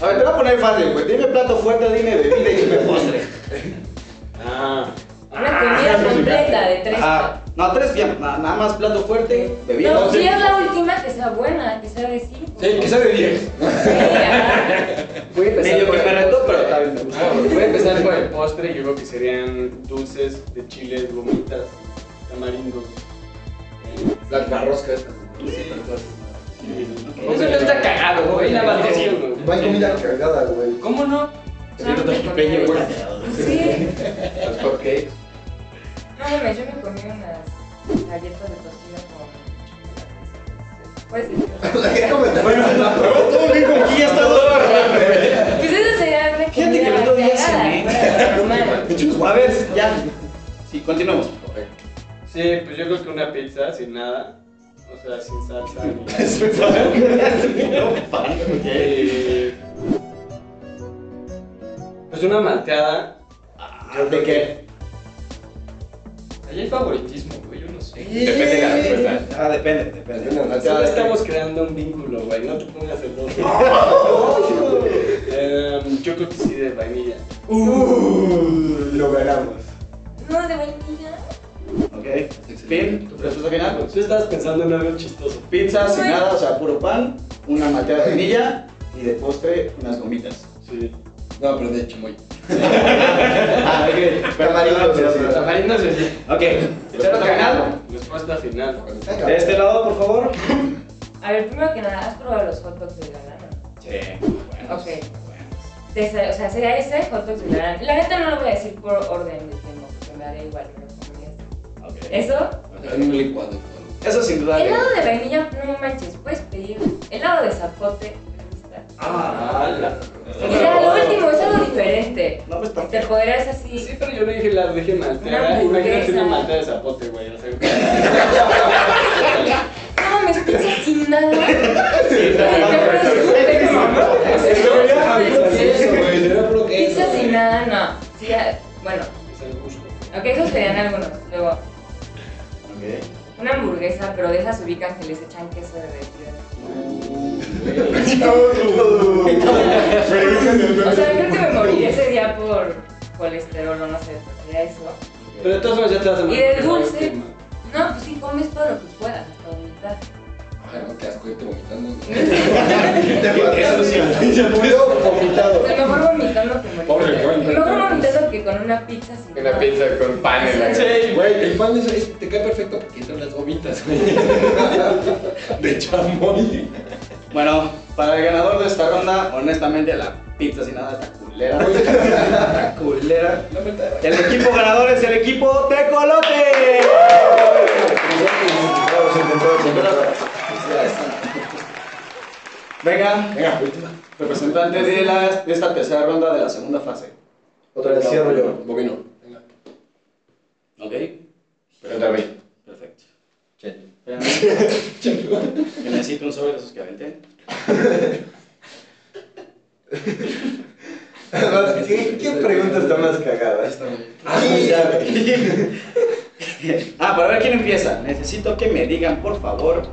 [SPEAKER 1] A ver, te voy a poner fácil, güey. Dime plato fuerte, dime bebida y dime postre.
[SPEAKER 6] Ah,
[SPEAKER 5] Una comida completa de tres.
[SPEAKER 1] Ah, no, tres bien. Na- nada más plato fuerte, bebida.
[SPEAKER 5] No,
[SPEAKER 1] postre.
[SPEAKER 5] si es la última, que sea buena, que sea de cinco.
[SPEAKER 7] Sí, que sea de 10.
[SPEAKER 5] Sí, ajá.
[SPEAKER 4] Voy a empezar
[SPEAKER 1] Medio
[SPEAKER 4] por
[SPEAKER 1] que
[SPEAKER 4] el
[SPEAKER 1] me retó, pero
[SPEAKER 4] postre.
[SPEAKER 1] también me gusta.
[SPEAKER 6] Ah, bueno, voy a empezar por el postre. Yo creo que serían dulces de chile, gomitas, tamarindos.
[SPEAKER 7] Las barroscas.
[SPEAKER 4] Eso no está cagado, güey. La batería, güey.
[SPEAKER 2] No hay comida cargada, güey.
[SPEAKER 6] ¿Cómo no?
[SPEAKER 1] Bebida tojipeño, güey.
[SPEAKER 5] Sí.
[SPEAKER 8] Los hotcakes.
[SPEAKER 5] No mames, yo me comí unas galletas de tocino con.
[SPEAKER 1] [laughs]
[SPEAKER 5] Pues,
[SPEAKER 2] Bueno,
[SPEAKER 1] Todo bien, como que ya está todo raro, güey.
[SPEAKER 5] pues esa sería una
[SPEAKER 1] Fíjate que el
[SPEAKER 5] comida
[SPEAKER 1] otro día
[SPEAKER 5] cagada,
[SPEAKER 1] cené.
[SPEAKER 5] fuera
[SPEAKER 1] [laughs]
[SPEAKER 5] de lo normal.
[SPEAKER 1] A ver, ya. Sí, continuemos.
[SPEAKER 6] Sí, pues yo creo que una pizza sin nada. O sea, sin salsa. ni nada.
[SPEAKER 1] Ah,
[SPEAKER 6] Eh, Pues una malteada. Yo creo que.
[SPEAKER 4] Ahí hay favoritismo, güey. Yo no sé.
[SPEAKER 8] Depende de la respuesta.
[SPEAKER 1] Ah, depende, depende.
[SPEAKER 6] Solo estamos creando un vínculo, güey. No te pongas el dos. yo creo que sí de vainilla.
[SPEAKER 2] Uh, lo ganamos.
[SPEAKER 5] No, de vainilla.
[SPEAKER 1] Ok. Fin, tu respuesta final.
[SPEAKER 6] Tú estabas pensando en algo chistoso.
[SPEAKER 1] Pizza sin nada, o sea, puro pan, una malteada de vainilla y de postre unas gomitas.
[SPEAKER 6] Sí.
[SPEAKER 7] No, pero de chamoy.
[SPEAKER 1] Ah, ok. Pero amarillo,
[SPEAKER 2] sí, sí.
[SPEAKER 4] Tamarindo se dice.
[SPEAKER 1] Ok. Respuesta final.
[SPEAKER 6] Respuesta final.
[SPEAKER 1] De este lado, por favor.
[SPEAKER 5] A ver, primero que nada, ¿has probado los hot dogs de banana?
[SPEAKER 1] Sí.
[SPEAKER 5] Ok. De ese- o sea, sería ese hot dogs de banana. La neta no lo voy a decir por orden de tiempo, porque me daría igual, pero como ya sé. Eso.
[SPEAKER 7] En un licuado.
[SPEAKER 1] Eso sin duda.
[SPEAKER 5] Helado de vainilla, no manches, puedes pedir helado de zapote. me gusta.
[SPEAKER 7] Ah,
[SPEAKER 1] Oh.
[SPEAKER 5] Era lo último, es algo diferente.
[SPEAKER 1] No, pues
[SPEAKER 5] Te
[SPEAKER 1] tampoco.
[SPEAKER 5] podrás así.
[SPEAKER 6] Sí, pero yo le dije la dije malteada.
[SPEAKER 5] Una
[SPEAKER 6] Imagínate una
[SPEAKER 5] hamburguesa.
[SPEAKER 6] malteada de zapote, güey. O sea,
[SPEAKER 5] No mames, pizza sin nada. [laughs] Pizza sin nada, no. Sí, ya- bueno, ok, esos serían algunos. Luego, una hamburguesa, pero de esas ubican que les echan queso derretido. O sea, creo que me morí ese día por colesterol o no sé, porque era eso.
[SPEAKER 6] Pero de todas formas ya te vas a
[SPEAKER 5] Y
[SPEAKER 6] morir,
[SPEAKER 5] el dulce.
[SPEAKER 6] güey.
[SPEAKER 5] No, pues sí, comes todo lo que puedas, hasta vomitar.
[SPEAKER 7] Ay, no te asco, yo te vomitando.
[SPEAKER 5] [laughs]
[SPEAKER 1] Eso sí.
[SPEAKER 2] Murió vomitado.
[SPEAKER 5] Pero mejor vomitando que
[SPEAKER 7] Pobre, qué bonito.
[SPEAKER 5] morir. Mejor vomitando que con una pizza sin
[SPEAKER 4] Una
[SPEAKER 5] nada.
[SPEAKER 4] pizza con pan en la
[SPEAKER 6] Sí, güey.
[SPEAKER 7] Güey, el pan es, es- te cae perfecto porque no las gomitas,
[SPEAKER 4] [laughs]
[SPEAKER 7] güey. De chamoy.
[SPEAKER 1] Bueno, para el ganador de esta ronda, honestamente, la pizza sin nada está [laughs] culera. Está culera.
[SPEAKER 7] La verdad.
[SPEAKER 1] El equipo ganador es el equipo Tecolote. Venga,
[SPEAKER 7] Venga, última.
[SPEAKER 1] representantes de, la, de esta tercera ronda de la segunda fase.
[SPEAKER 2] Otra vez cierro yo.
[SPEAKER 7] Bovino. Venga.
[SPEAKER 1] ¿Ok?
[SPEAKER 7] Pero también.
[SPEAKER 1] Perfecto.
[SPEAKER 4] Che.
[SPEAKER 1] Espérame,
[SPEAKER 2] [laughs]
[SPEAKER 1] que necesito un sobre de esos que aventé. [laughs]
[SPEAKER 2] Además, [laughs] ¿Qué, qué pregunta está más cagada? Sí, ya, güey.
[SPEAKER 1] Ah, para ver quién empieza. Necesito que me digan, por favor,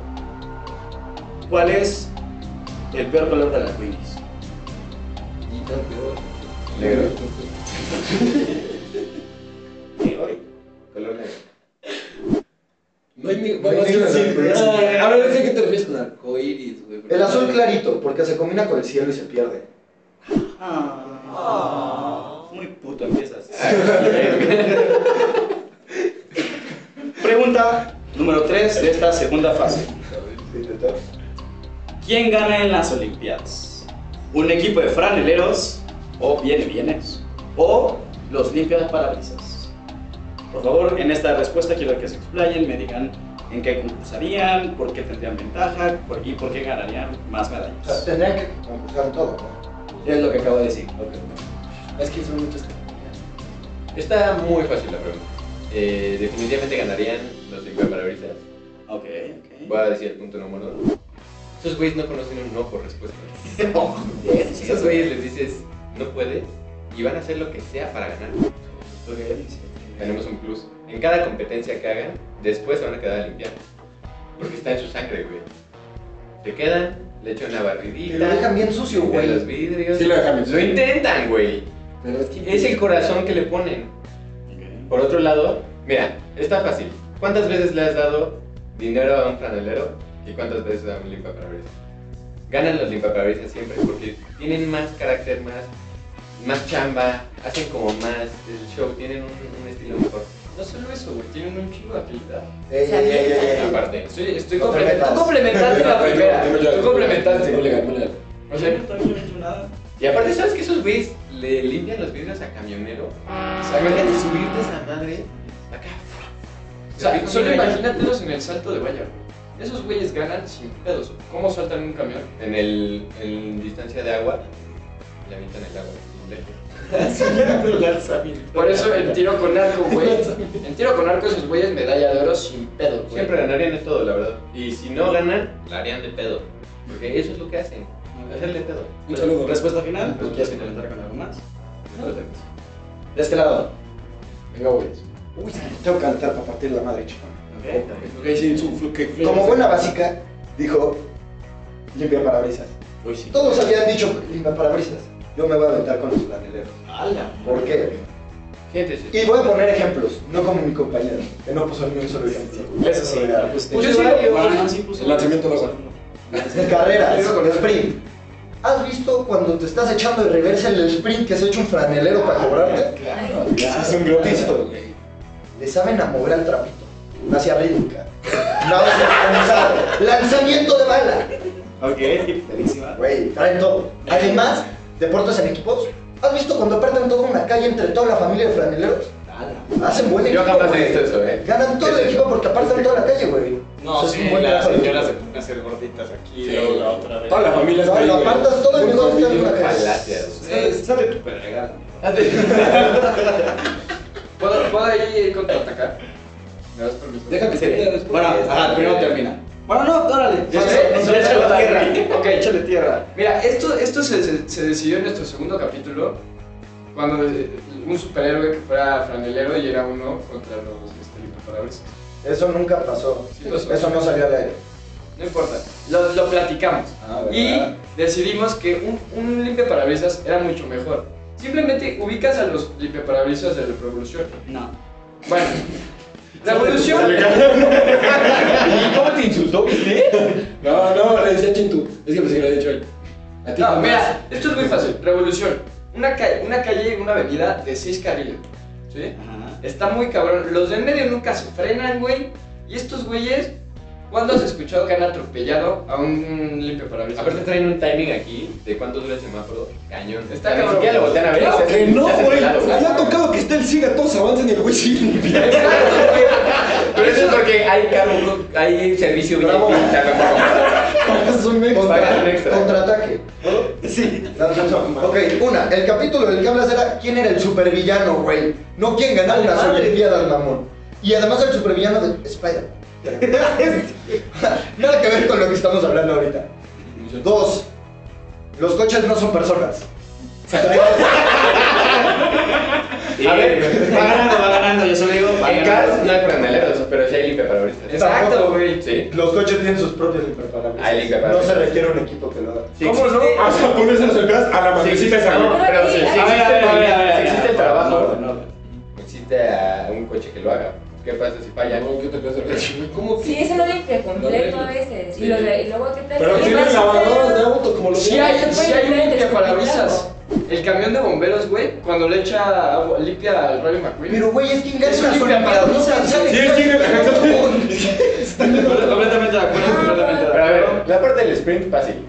[SPEAKER 1] cuál es el peor color de las winis.
[SPEAKER 7] Negro.
[SPEAKER 2] [laughs] Color negro.
[SPEAKER 7] No hay ni. Bueno, sí, sí, sí. A ver, ¿sí que te refieres con arcoiris, güey.
[SPEAKER 2] El azul clarito, porque se combina con el cielo y se pierde.
[SPEAKER 1] Ah, muy puto empiezas. Pregunta número 3 de esta segunda fase. ¿Quién gana en las Olimpiadas? ¿Un equipo de franeleros o viene bienes? ¿O los limpias parabrisas? Por favor, en esta respuesta quiero que se explayen, me digan en qué concursarían, por qué tendrían ventaja por- y por qué ganarían más
[SPEAKER 2] O sea,
[SPEAKER 1] medallas.
[SPEAKER 2] tendrían que concursar en todo, ¿no?
[SPEAKER 1] Es lo que acabo de decir.
[SPEAKER 7] Es que son muchas.
[SPEAKER 4] Está muy fácil la pregunta. Eh, definitivamente ganarían los limpiaparabrisas.
[SPEAKER 1] Ok,
[SPEAKER 4] Voy a decir el punto número uno. Esos güeyes no conocen un no por respuesta. Si esos güeyes les dices no puedes y van a hacer lo que sea para ganar. Tenemos un plus. En cada competencia que hagan, después se van a quedar a limpiar. Porque está en su sangre, güey. Se quedan, le echan una
[SPEAKER 2] Y lo dejan
[SPEAKER 4] barridita,
[SPEAKER 2] bien sucio,
[SPEAKER 4] limpian los
[SPEAKER 2] güey.
[SPEAKER 4] vidrios.
[SPEAKER 7] Sí, lo dejan bien.
[SPEAKER 4] Lo intentan, güey.
[SPEAKER 7] Pero es que.
[SPEAKER 4] Es el corazón que le ponen. Por otro lado, mira, está fácil. ¿Cuántas veces le has dado dinero a un franelero y cuántas veces a un limpiaparabrisas? Ganan los limpiaparabrisas siempre porque tienen más carácter, más, más chamba, hacen como más el show, tienen un, un estilo mejor. No solo eso, güey, tienen un chingo de habilidad.
[SPEAKER 2] Ey, ey, ey, ey, ey.
[SPEAKER 4] Aparte, estoy, estoy
[SPEAKER 2] No te metas.
[SPEAKER 4] complementando. Tú complementaste la primera. Tú complementaste.
[SPEAKER 7] Muy legal, muy legal.
[SPEAKER 4] O sea, y aparte, ¿sabes que esos güeyes le limpian los vidrios a camionero? O sea, imagínate subirte esa madre acá.
[SPEAKER 9] O sea, solo imagínatelos en el salto de valla, güey. Esos güeyes ganan sin pedos. ¿Cómo saltan un camión?
[SPEAKER 4] En el en distancia de agua, le avientan el agua. ¿sí?
[SPEAKER 9] Por eso el tiro con arco, güey. En tiro con arco esos güeyes medalla de oro sin pedos, güey.
[SPEAKER 4] Siempre ganarían de todo, la verdad. Y si no ganan, la harían de pedo. Porque eso es lo que hacen. Hacerle pedo.
[SPEAKER 1] Un saludo. Respuesta final. ¿Pues ¿Quieres comentar con algo más? De este lado.
[SPEAKER 7] Venga, güey.
[SPEAKER 2] Uy, tengo que cantar para partir la madre, chico.
[SPEAKER 1] Ok.
[SPEAKER 7] Ok, sí, su flu- que-
[SPEAKER 2] Como buena básica, dijo limpia parabrisas.
[SPEAKER 1] Uy, sí.
[SPEAKER 2] Todos habían dicho limpia parabrisas. Yo me voy a aventar con los flaneleros.
[SPEAKER 1] ¡Hala!
[SPEAKER 2] ¿Por qué?
[SPEAKER 4] Gente, sí.
[SPEAKER 2] Y voy a poner ejemplos, no como mi compañero, que no puso ni un solo ejemplo.
[SPEAKER 1] Eso sí.
[SPEAKER 2] Oiga,
[SPEAKER 1] Pues
[SPEAKER 9] Pues yo sí lo-
[SPEAKER 1] Bueno, sí puso-
[SPEAKER 7] El lanzamiento de agua.
[SPEAKER 2] Carreras, sprint. ¿Has visto cuando te estás echando de reversa en el sprint que has hecho un franelero para cobrarte?
[SPEAKER 1] Claro,
[SPEAKER 2] Ese es un gran listo, güey. Le saben a mover al trapito. Hacia rítmica. Lanzamiento, lanzamiento de bala.
[SPEAKER 1] Ok, buenísima.
[SPEAKER 2] Güey, traen todo. Además, deportes en equipos. ¿Has visto cuando apartan toda una calle entre toda la familia de franeleros? Hacen buen equipo.
[SPEAKER 8] Yo jamás
[SPEAKER 2] güey.
[SPEAKER 8] he visto eso, ¿eh?
[SPEAKER 2] Ganan todo el equipo por taparse toda la calle, güey.
[SPEAKER 6] No,
[SPEAKER 2] O sea, es
[SPEAKER 6] sí,
[SPEAKER 2] un buen
[SPEAKER 6] las
[SPEAKER 2] trabajo.
[SPEAKER 6] señoras se ponen a hacer gorditas aquí,
[SPEAKER 8] Sí.
[SPEAKER 6] luego la otra vez.
[SPEAKER 7] Toda la familia
[SPEAKER 2] No,
[SPEAKER 7] está ahí,
[SPEAKER 2] lo
[SPEAKER 7] güey.
[SPEAKER 2] apartas todo y
[SPEAKER 7] Muy
[SPEAKER 2] luego
[SPEAKER 7] familia,
[SPEAKER 2] te dan una
[SPEAKER 7] palacio.
[SPEAKER 8] Palacios.
[SPEAKER 7] Sale- Sale tu perregal.
[SPEAKER 4] ¿Puedo, ¿Puedo ahí contraatacar? ¿Me das permiso?
[SPEAKER 7] Deja que se vea después.
[SPEAKER 1] Bueno, ajá, primero termina. Bueno, no, órale.
[SPEAKER 4] Ya
[SPEAKER 1] Échale-
[SPEAKER 4] sé, ya sé
[SPEAKER 1] échale
[SPEAKER 4] la
[SPEAKER 1] tierra.
[SPEAKER 4] Ok.
[SPEAKER 1] échale tierra.
[SPEAKER 4] Mira, esto, esto se, se- se decidió en nuestro segundo capítulo, cuando eh, un superhéroe que fuera franelero y era uno contra los este, impeperables.
[SPEAKER 2] Eso nunca pasó.
[SPEAKER 4] Sí pasó.
[SPEAKER 2] Eso no salió al aire.
[SPEAKER 4] No importa, lo, lo platicamos.
[SPEAKER 2] Ah,
[SPEAKER 4] y
[SPEAKER 2] ¿verdad?
[SPEAKER 4] decidimos que un, un limpiaparabrisas era mucho mejor. Simplemente ubicas a los limpiaparabrisas de la revolución.
[SPEAKER 1] No.
[SPEAKER 8] [laughs]
[SPEAKER 4] Bueno, la revolución...
[SPEAKER 8] ¿Y cómo te insultó, viste?
[SPEAKER 7] No, no, le decía Chintu. Es que pensé que lo había dicho él. A ti
[SPEAKER 4] No,
[SPEAKER 7] jamás.
[SPEAKER 4] mira, esto es muy fácil. Revolución. Una, calle, una calle, una avenida de seis carriles. ¿Sí?
[SPEAKER 1] Ajá.
[SPEAKER 4] Está muy cabrón. Los de en medio nunca se frenan, güey. Y estos güeyes, ¿cuándo has escuchado que han atropellado a un limpio parabrisas?
[SPEAKER 8] Aparte traen un timing aquí de cuánto dura el semáforo. Cañón.
[SPEAKER 4] Está
[SPEAKER 8] Ni
[SPEAKER 4] cabrón.
[SPEAKER 8] siquiera lo voltean a ver.
[SPEAKER 4] Claro
[SPEAKER 8] Ya se-
[SPEAKER 7] Que no,
[SPEAKER 8] ya se
[SPEAKER 7] güey.
[SPEAKER 8] pelaron.
[SPEAKER 7] Me ha tocado que está el siga, todos avanzan y el güey sigue limpiando.
[SPEAKER 4] Exacto, güey.
[SPEAKER 8] Pero eso es porque hay cargo, hay servicio
[SPEAKER 2] Bravo.
[SPEAKER 8] VIP, ya me
[SPEAKER 7] Es un mix.
[SPEAKER 8] Pagan
[SPEAKER 2] Contra-
[SPEAKER 8] extra.
[SPEAKER 2] Contraataque.
[SPEAKER 1] Sí.
[SPEAKER 2] Dame razón. Ok, una. El capítulo del que hablas era quién era el supervillano, güey. No quién ganaba
[SPEAKER 1] Vale,
[SPEAKER 2] las
[SPEAKER 1] madre.
[SPEAKER 2] Olimpiadas, mamón. Y además el supervillano de Spider.
[SPEAKER 7] [laughs]
[SPEAKER 2] Nada que ver con lo que estamos hablando ahorita. Dos. Los coches no son personas.
[SPEAKER 1] A ver, va ganando, va ganando, yo solo digo. va
[SPEAKER 8] En
[SPEAKER 1] ganando.
[SPEAKER 8] Cars no hay franeleros, pero sí hay limpiaparabrisas.
[SPEAKER 4] Exacto, güey.
[SPEAKER 8] Sí.
[SPEAKER 2] Los coches tienen sus propios impreparables.
[SPEAKER 8] Hay
[SPEAKER 2] No
[SPEAKER 8] impreparables.
[SPEAKER 2] se requiere un equipo que lo haga.
[SPEAKER 8] Sí
[SPEAKER 4] ¿Cómo no?
[SPEAKER 8] existe-
[SPEAKER 7] Vas a ponerse las entradas a la
[SPEAKER 8] Sí,
[SPEAKER 7] madrecita esa,
[SPEAKER 8] no,
[SPEAKER 7] güey.
[SPEAKER 8] pero sí, sí
[SPEAKER 5] A
[SPEAKER 1] A ver, a
[SPEAKER 8] existe
[SPEAKER 1] ver, a
[SPEAKER 8] el-
[SPEAKER 1] ver, a ver,
[SPEAKER 8] sí existe el
[SPEAKER 1] a ver.
[SPEAKER 8] trabajo,
[SPEAKER 1] No, no, no.
[SPEAKER 8] existe a un coche que lo haga. ¿Qué pasa si falla?
[SPEAKER 7] No, ¿qué te pasa, güey? ¿Cómo que?
[SPEAKER 5] Sí, es el limpia completo
[SPEAKER 7] Lo
[SPEAKER 5] a
[SPEAKER 7] arreglo.
[SPEAKER 5] veces.
[SPEAKER 8] Sí.
[SPEAKER 5] Y, los de- y luego, ¿qué tal?
[SPEAKER 7] Pero
[SPEAKER 5] ¿Qué
[SPEAKER 7] tienen
[SPEAKER 5] pasa?
[SPEAKER 7] lavadoras de autos como los
[SPEAKER 4] Si
[SPEAKER 7] de-
[SPEAKER 4] hay, sí hay un
[SPEAKER 5] Bueno,
[SPEAKER 4] limpiaparabrisas. El camión de bomberos, güey, cuando le echa agua, limpia al Rayo McQueen.
[SPEAKER 2] Pero, güey, es que
[SPEAKER 4] Es
[SPEAKER 2] engañan
[SPEAKER 4] un
[SPEAKER 2] las Olimpiadas. No
[SPEAKER 4] limpiaparabrisas.
[SPEAKER 2] saben
[SPEAKER 7] Sí, es que
[SPEAKER 2] quién
[SPEAKER 1] Completamente
[SPEAKER 5] Ah,
[SPEAKER 1] de acuerdo, completamente de
[SPEAKER 8] Pero
[SPEAKER 1] acuerdo.
[SPEAKER 8] a ver, la parte del sprint fácil.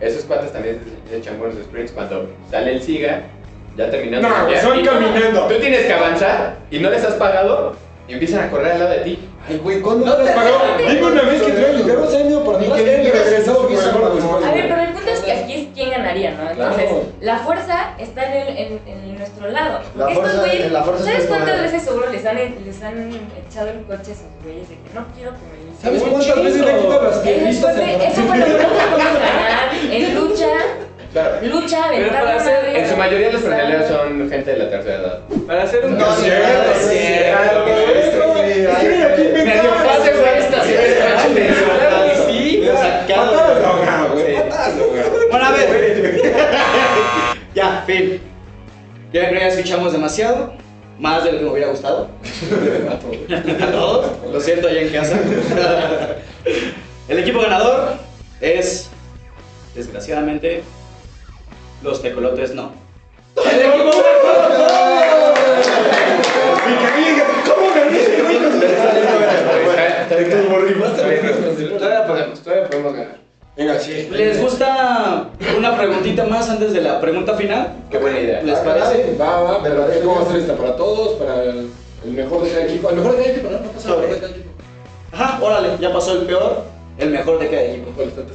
[SPEAKER 8] Esos cuates también se echan buenos sprints cuando sale el SIGA, ya terminando.
[SPEAKER 7] No,
[SPEAKER 8] ya,
[SPEAKER 7] son
[SPEAKER 8] y-
[SPEAKER 7] caminando.
[SPEAKER 8] Tú tienes que avanzar y no les has pagado y empiezan a correr al lado de ti.
[SPEAKER 7] Ay, güey, ¿cuándo te has pagado? Dime una vez que tuvieron el carro, se han ido para
[SPEAKER 2] Ni
[SPEAKER 7] atrás
[SPEAKER 2] que
[SPEAKER 7] y han
[SPEAKER 2] vieras
[SPEAKER 7] regresado pues, por
[SPEAKER 2] sus
[SPEAKER 7] el
[SPEAKER 2] piezas,
[SPEAKER 7] mismo
[SPEAKER 2] mamón.
[SPEAKER 5] A ver,
[SPEAKER 7] lugar.
[SPEAKER 5] pero el punto es que aquí es quién ganaría, ¿no? Entonces,
[SPEAKER 7] Claro.
[SPEAKER 5] la fuerza está en, el- en- en nuestro lado.
[SPEAKER 2] La
[SPEAKER 5] Estos
[SPEAKER 2] fuerza-
[SPEAKER 5] güeyes,
[SPEAKER 2] la fuerza
[SPEAKER 5] ¿sabes
[SPEAKER 2] es el
[SPEAKER 5] cuántas
[SPEAKER 2] poder.
[SPEAKER 5] veces seguro les han, les han echado el coche a esos güeyes de que no quiero que me limpien?
[SPEAKER 7] ¿Sabes cuántas veces le quitan las
[SPEAKER 5] Eso fue,
[SPEAKER 7] piernitas?
[SPEAKER 5] de- eso fue lo que podemos ganar en lucha,
[SPEAKER 8] Claro.
[SPEAKER 5] lucha,
[SPEAKER 4] Pero para
[SPEAKER 5] aventar una
[SPEAKER 4] hacer-
[SPEAKER 5] vez,
[SPEAKER 8] En su mayoría los
[SPEAKER 5] cruzar.
[SPEAKER 8] franeleros son gente de la tercera edad.
[SPEAKER 4] Para hacer
[SPEAKER 2] No,
[SPEAKER 4] un
[SPEAKER 7] No es cierto, no es cierto, güey. Es que aquí inventaron.
[SPEAKER 8] Medio fácil fue esta, sí, es fácil de insultar.
[SPEAKER 7] Claro que sí. Patadas de ahogado, güey. Patadas de ahogado.
[SPEAKER 1] Bueno, a ver. [laughs] ya, fin. Ya creo que ya escuchamos demasiado. Más de lo que me hubiera gustado. [laughs] A todos. Lo siento allá en casa. [laughs] El equipo ganador es, desgraciadamente, los tecolotes no.
[SPEAKER 7] Mi cariño, ¿cómo gané?
[SPEAKER 8] Está bien,
[SPEAKER 7] Te turborrifaste,
[SPEAKER 8] está bien.
[SPEAKER 4] Todavía podemos, todavía podemos ganar.
[SPEAKER 7] Venga, sí.
[SPEAKER 1] ¿Les gusta una preguntita más antes de la pregunta final?
[SPEAKER 8] Qué buena idea.
[SPEAKER 1] ¿Les parece?
[SPEAKER 7] Va, va, pero a ver cómo va a ser esta para todos, para el el mejor de cada equipo. El mejor de cada equipo, no, eh. no pasa nada. el mejor de cada equipo.
[SPEAKER 1] Ajá, órale, ya pasó el peor, el mejor de cada equipo.
[SPEAKER 7] ¿Cuál está esta?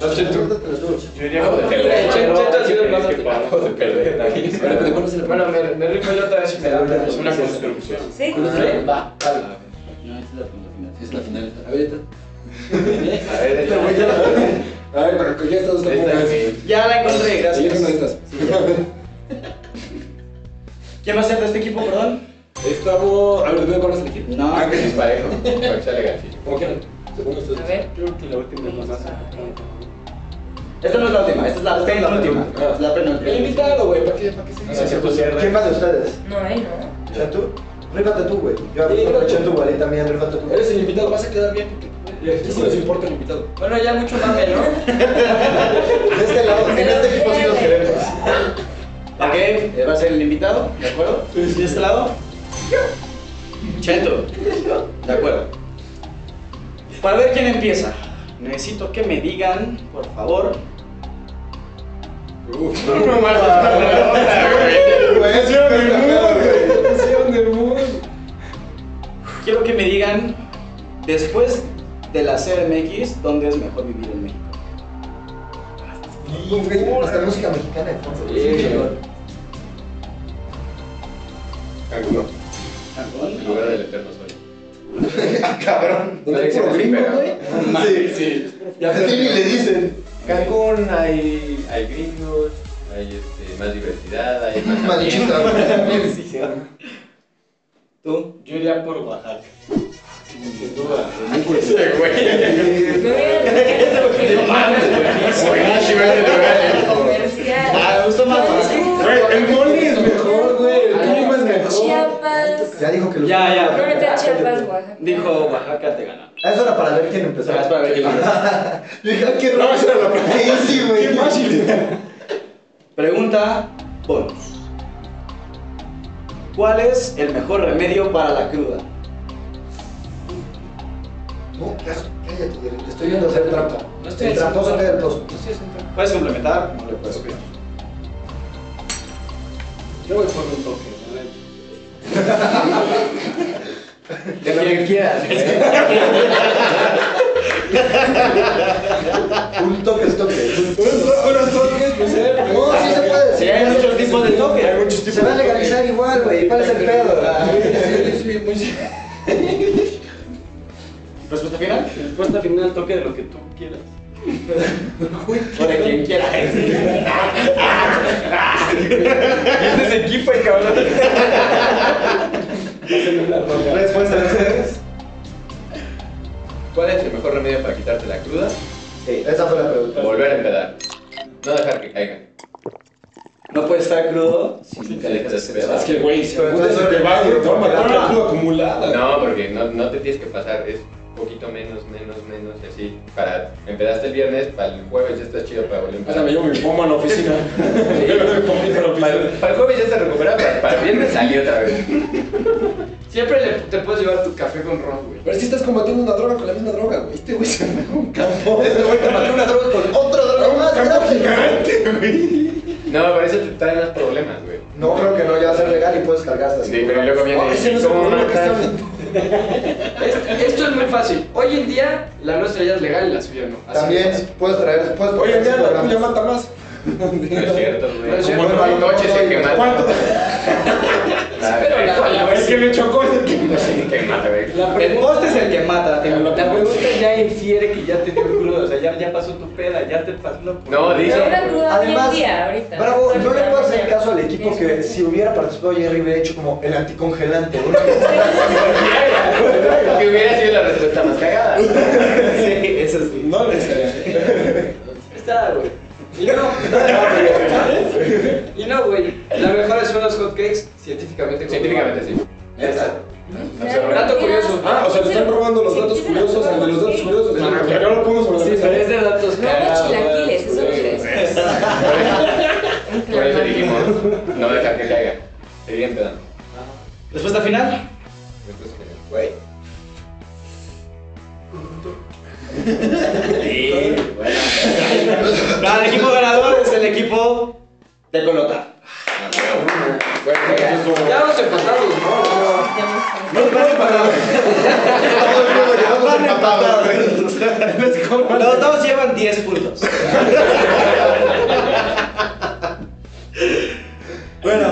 [SPEAKER 8] Yo diría algo de perder.
[SPEAKER 4] Ch-
[SPEAKER 8] pero-
[SPEAKER 4] Cheto ha sido el más
[SPEAKER 8] que
[SPEAKER 4] atinado.
[SPEAKER 8] algo de perder también.
[SPEAKER 4] Bueno, me, me rifo yo otra vez y me da una una construcción.
[SPEAKER 5] Sí.
[SPEAKER 4] ¿Sí?
[SPEAKER 1] Va.
[SPEAKER 7] Ah,
[SPEAKER 1] No, esta es la pregunta final.
[SPEAKER 7] Es la final. A ver, esta.
[SPEAKER 8] A ver,
[SPEAKER 7] Esta, güey, ya la A ver, pero que ya estás
[SPEAKER 8] Esta es
[SPEAKER 1] Ya la encontré,
[SPEAKER 7] Elige una de
[SPEAKER 1] gracias.
[SPEAKER 7] estas. A ver.
[SPEAKER 1] ¿Quién va a ser de este equipo, perdón?
[SPEAKER 7] Estamos. A ver, ¿de cuál es el equipo?
[SPEAKER 1] No.
[SPEAKER 8] Ah, que sí es parejo. Para que sea legal, sí.
[SPEAKER 7] Como quieran. Según ustedes.
[SPEAKER 5] A ver.
[SPEAKER 6] Creo que la última es la más importante.
[SPEAKER 1] Esta no es la última, esta es la penúltima.
[SPEAKER 7] Ah.
[SPEAKER 1] Es la penúltima.
[SPEAKER 7] El invitado, güey, ¿para qué? ¿Para qué
[SPEAKER 8] No sé si
[SPEAKER 7] se ¿eh?
[SPEAKER 8] pusieron.
[SPEAKER 2] ¿Quién más de ustedes?
[SPEAKER 5] No, eh, no.
[SPEAKER 2] ¿Chantú? Rífate tú, güey. Yo
[SPEAKER 7] Sí,
[SPEAKER 2] hablo
[SPEAKER 7] creo
[SPEAKER 2] con
[SPEAKER 7] que-
[SPEAKER 2] Chantú, güey, también rífate tú.
[SPEAKER 7] Eres el invitado, vas a quedar bien. porque Aquí sí nos importa el invitado.
[SPEAKER 4] Bueno, ya mucho mame, ¿no?
[SPEAKER 2] De este lado, en este equipo sí los queremos.
[SPEAKER 1] Ok, eh, va a ser el invitado, ¿de acuerdo? ¿De este lado? Chento. De acuerdo. Para ver quién empieza, necesito que me digan, por favor.
[SPEAKER 8] No mames, es una pregunta, güey.
[SPEAKER 2] Güey, sí,
[SPEAKER 7] güey.
[SPEAKER 2] güey.
[SPEAKER 1] después de la CMX, ¿dónde es mejor vivir en México?
[SPEAKER 2] Hasta música mexicana de fondo.
[SPEAKER 8] Cancún.
[SPEAKER 1] Cancún.
[SPEAKER 8] El lugar del eterno sueño.
[SPEAKER 2] Ah, cabrón.
[SPEAKER 8] Nadie se
[SPEAKER 2] puro
[SPEAKER 8] nos
[SPEAKER 2] gringo,
[SPEAKER 8] espera.
[SPEAKER 2] güey?
[SPEAKER 6] Sí,
[SPEAKER 2] Ya sí, le dicen.
[SPEAKER 8] Cancún hay, hay gringos, hay este, más diversidad, hay más ambiente.
[SPEAKER 2] Maldita, güey.
[SPEAKER 1] ¿Tú?
[SPEAKER 6] Yo iría por Oaxaca. Sin duda.
[SPEAKER 8] Ese güey.
[SPEAKER 5] Me hubiera dicho que no mames,
[SPEAKER 8] Oye, sí, vale, te vale.
[SPEAKER 5] Comercial.
[SPEAKER 1] Ah, me gustó más.
[SPEAKER 7] Güey, el mole es mejor, güey. El clima es mejor.
[SPEAKER 5] Chiapas.
[SPEAKER 2] Ya dijo que los.
[SPEAKER 1] Ya, ya.
[SPEAKER 5] No, neta, Chiapas, Oaxaca.
[SPEAKER 1] Dijo Oaxaca te gana.
[SPEAKER 2] Ah, Eso era para ver quién empezó.
[SPEAKER 1] Serás para ver quién gana.
[SPEAKER 2] Yo dije, ah, qué
[SPEAKER 7] No, esa era la
[SPEAKER 2] raro.
[SPEAKER 7] pregunta.
[SPEAKER 2] Sí, sí, güey.
[SPEAKER 7] Qué fácil.
[SPEAKER 1] Pregunta bonus. ¿Cuál es el mejor remedio para la cruda?
[SPEAKER 2] No, cállate, Jerry, te estoy viendo hacer trampa.
[SPEAKER 4] No estoy
[SPEAKER 2] El
[SPEAKER 4] haciendo
[SPEAKER 2] tramposo
[SPEAKER 4] trampa.
[SPEAKER 2] que el ploso.
[SPEAKER 1] ¿Puedes complementar? No le puedes
[SPEAKER 6] Yo voy por un toque, la neta.
[SPEAKER 8] De lo que quieras, güey.
[SPEAKER 2] [laughs] Un toque es toque. un toque.
[SPEAKER 7] Unos toques, pues, eh,
[SPEAKER 2] No, sí se puede.
[SPEAKER 1] Sí, hay muchos tipos de toque.
[SPEAKER 7] Hay muchos tipos
[SPEAKER 2] Se va a
[SPEAKER 7] de toques.
[SPEAKER 2] legalizar igual, güey. ¿Cuál es el pedo?
[SPEAKER 7] Sí, sí, sí, muy sí.
[SPEAKER 1] [laughs] ¿Respuesta final?
[SPEAKER 6] Respuesta final, toque de lo que tú quieras.
[SPEAKER 1] O de quien quiera. [laughs]
[SPEAKER 8] Este es equipo, el cabrón.
[SPEAKER 2] Respuesta de ustedes.
[SPEAKER 8] ¿Cuál es el mejor remedio para quitarte la cruda?
[SPEAKER 2] Sí, esa fue la pregunta.
[SPEAKER 8] Volver a empedar. No dejar que caiga.
[SPEAKER 1] No puedes estar crudo si
[SPEAKER 8] Sí,
[SPEAKER 1] nunca dejas de
[SPEAKER 8] sí,
[SPEAKER 1] pensar.
[SPEAKER 8] sí.
[SPEAKER 7] Es que, güey, si
[SPEAKER 2] Pero
[SPEAKER 7] alguna
[SPEAKER 2] entonces,
[SPEAKER 7] se te va, güey, te va a matar
[SPEAKER 1] no,
[SPEAKER 7] la
[SPEAKER 1] no.
[SPEAKER 7] cruda acumulada.
[SPEAKER 8] No, porque no, no te tienes que pasar, es poquito menos, menos, menos, y así. Para, empezaste el viernes, para el jueves ya estás chido para volver a
[SPEAKER 7] O sea,
[SPEAKER 8] empezar.
[SPEAKER 7] me llevo mi poma a la oficina. Yo [laughs] me doy pomita a la
[SPEAKER 8] Para,
[SPEAKER 7] oficina.
[SPEAKER 8] el- para el jueves ya se recupera, para, para el viernes salió otra vez.
[SPEAKER 4] Siempre le- te puedes llevar tu café con ron, güey.
[SPEAKER 7] Pero si estás combatiendo una droga con la misma droga, güey. Este güey se fue a un [laughs] campo.
[SPEAKER 2] Este güey te mató una droga con otra droga más
[SPEAKER 7] campo
[SPEAKER 2] grande.
[SPEAKER 7] gigante, güey.
[SPEAKER 8] No, pero eso te trae más problemas, güey.
[SPEAKER 2] No, creo que no, ya va a ser legal y puedes cargar hasta
[SPEAKER 8] Sí, pero luego viene.
[SPEAKER 7] No, ese no es el
[SPEAKER 8] ¿Cómo
[SPEAKER 7] problema que está
[SPEAKER 8] matas?
[SPEAKER 7] hablando.
[SPEAKER 4] Es- esto es muy fácil. Hoy en día, la nuestra ya es legal y la suya no. Así
[SPEAKER 2] También
[SPEAKER 4] de fácil.
[SPEAKER 2] puedes traer, puedes
[SPEAKER 7] Oye, mira, la tuya
[SPEAKER 2] programas.
[SPEAKER 7] mata más.
[SPEAKER 8] No es cierto, güey.
[SPEAKER 4] No es cierto.
[SPEAKER 8] Como mi coche se quema.
[SPEAKER 7] ¿Cuánto?
[SPEAKER 8] Ah,
[SPEAKER 4] Pero
[SPEAKER 6] [laughs]
[SPEAKER 4] la-
[SPEAKER 8] ¿cuál?
[SPEAKER 4] la-
[SPEAKER 7] Es que me chocó.
[SPEAKER 8] Se quema, güey.
[SPEAKER 6] La
[SPEAKER 1] El
[SPEAKER 6] pregunta,
[SPEAKER 1] poste es el que mata. tengo
[SPEAKER 6] la
[SPEAKER 1] la-
[SPEAKER 6] pregunta ya infiere que ya te dio cruda, o sea, ya, ya pasó tu peda, ya te pasó la
[SPEAKER 8] No, dice.
[SPEAKER 5] Pero una cruda hoy en
[SPEAKER 2] Además,
[SPEAKER 5] día, ahorita.
[SPEAKER 2] Bravo, no le puedo hacer caso al equipo
[SPEAKER 5] Tienes
[SPEAKER 2] que si hubiera participado Jerry hubiera hecho como el anticongelante. una [laughs] cosa
[SPEAKER 8] Que hubiera sido la respuesta más cagada.
[SPEAKER 1] Sí, eso sí.
[SPEAKER 7] No necesariamente.
[SPEAKER 4] Está, güey. Y
[SPEAKER 6] [laughs]
[SPEAKER 4] no, y no, güey. La mejor son los hotcakes científicamente
[SPEAKER 8] Científicamente sí.
[SPEAKER 7] Esa.
[SPEAKER 4] Dato curioso.
[SPEAKER 7] Ah, o sea, te están robando los datos curiosos, el de los datos curiosos.
[SPEAKER 4] No, no,
[SPEAKER 7] Ya no lo pongo sobre la
[SPEAKER 6] Sí,
[SPEAKER 7] mesa.
[SPEAKER 6] pero es de datos
[SPEAKER 5] No los chilaquiles, eso no es. Un
[SPEAKER 8] Por eso
[SPEAKER 5] clamato.
[SPEAKER 8] dijimos, no dejar que caiga. Seguir empedando.
[SPEAKER 1] Respuesta final.
[SPEAKER 8] Después, Güey. Sí, bueno.
[SPEAKER 1] [laughs] No, el equipo ganador es el equipo de Colota.
[SPEAKER 8] Güey, güey, eso
[SPEAKER 4] Ya vamos empatados, ¿no?
[SPEAKER 1] No te pases para
[SPEAKER 2] Todo el mundo llevamos empatados, güey.
[SPEAKER 1] [laughs] Los dos llevan 10 [laughs] puntos. bueno,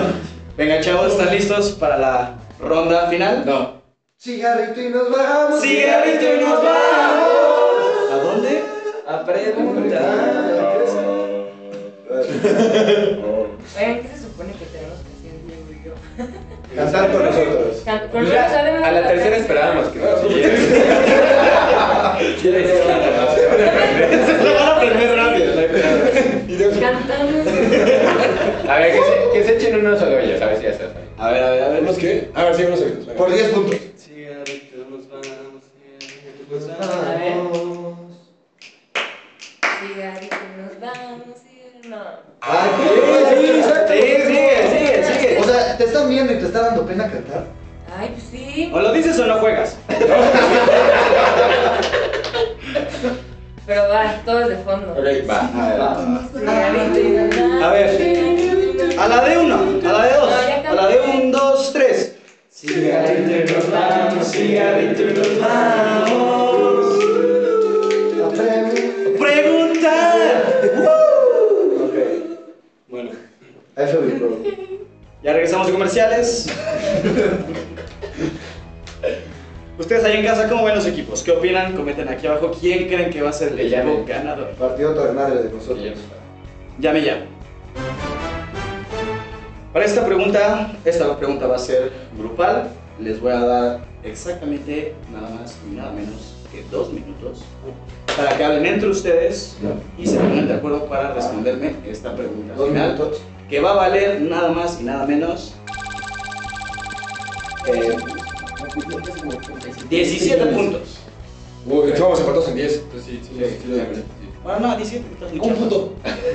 [SPEAKER 1] venga chavos, ¿están listos para la ronda final? No.
[SPEAKER 2] Cigarrito y nos bajamos.
[SPEAKER 1] Cigarrito y nos vamos. ¿A dónde?
[SPEAKER 4] A preguntar.
[SPEAKER 5] Oigan, ¿qué se supone que tenemos que hacer Diego y yo?
[SPEAKER 2] Cantar con nosotros.
[SPEAKER 5] Can- con-
[SPEAKER 8] Mira,
[SPEAKER 5] sabemos
[SPEAKER 8] a la
[SPEAKER 5] cantar.
[SPEAKER 8] tercera esperábamos
[SPEAKER 5] [laughs]
[SPEAKER 8] que
[SPEAKER 4] Ah,
[SPEAKER 8] no
[SPEAKER 1] Se lo van a aprender rápido. no hay pedo.
[SPEAKER 5] Cantamos.
[SPEAKER 8] [laughs] A ver, que se, que se echen unos solo ellos, a ver si ya se hacen.
[SPEAKER 1] A ver, a ver, a ver.
[SPEAKER 7] ¿Unos qué? A ver, sí, unos segundos. venga.
[SPEAKER 2] Por 10 puntos.
[SPEAKER 6] Cigarrito, nos vamos, cigarrito, nos
[SPEAKER 2] Vamos.
[SPEAKER 6] vamos.
[SPEAKER 5] Cigarrito, nos vamos. cigarrito, No.
[SPEAKER 2] Ay,
[SPEAKER 1] Sí,
[SPEAKER 2] Ah, qué
[SPEAKER 1] sigue, sigue, sigue.
[SPEAKER 2] O sea, te están viendo y te está dando pena cantar.
[SPEAKER 5] Ay, pues sí.
[SPEAKER 1] O lo dices o no juegas.
[SPEAKER 5] Pero va, todo es de fondo.
[SPEAKER 7] Ok, va.
[SPEAKER 5] Cigarrito y nos vamos.
[SPEAKER 1] A ver. A la de uno, a la de dos,
[SPEAKER 5] No, ya
[SPEAKER 1] a la de un, dos, tres.
[SPEAKER 6] Cigarrito, nos vamos,
[SPEAKER 1] cigarrito y nos vamos.
[SPEAKER 2] Aprende.
[SPEAKER 1] ¡Preguntar!
[SPEAKER 2] Ok.
[SPEAKER 6] Bueno,
[SPEAKER 2] I feel you, bro.
[SPEAKER 1] Ya regresamos de comerciales. Ustedes ahí en casa, ¿cómo ven los equipos? ¿Qué opinan? Comenten aquí abajo quién creen que va a ser el
[SPEAKER 4] Llame.
[SPEAKER 1] equipo ganador.
[SPEAKER 2] Partido toda madre de nosotros.
[SPEAKER 4] Llame.
[SPEAKER 1] Llame ya. Para esta pregunta, esta pregunta va a ser grupal. Les voy a dar exactamente nada más y nada menos que dos minutos para que hablen entre ustedes y se pongan de acuerdo para responderme esta pregunta.
[SPEAKER 2] Dos
[SPEAKER 1] final,
[SPEAKER 2] minutos.
[SPEAKER 1] Que va a valer nada más y nada menos eh, 17 puntos.
[SPEAKER 7] Uy, entonces vamos empatados en 10. Entonces Pues sí, sí, sí, sí, lo gané.
[SPEAKER 1] Bueno, no, 17. estás
[SPEAKER 7] Un
[SPEAKER 1] luchando.
[SPEAKER 7] punto.
[SPEAKER 1] [laughs]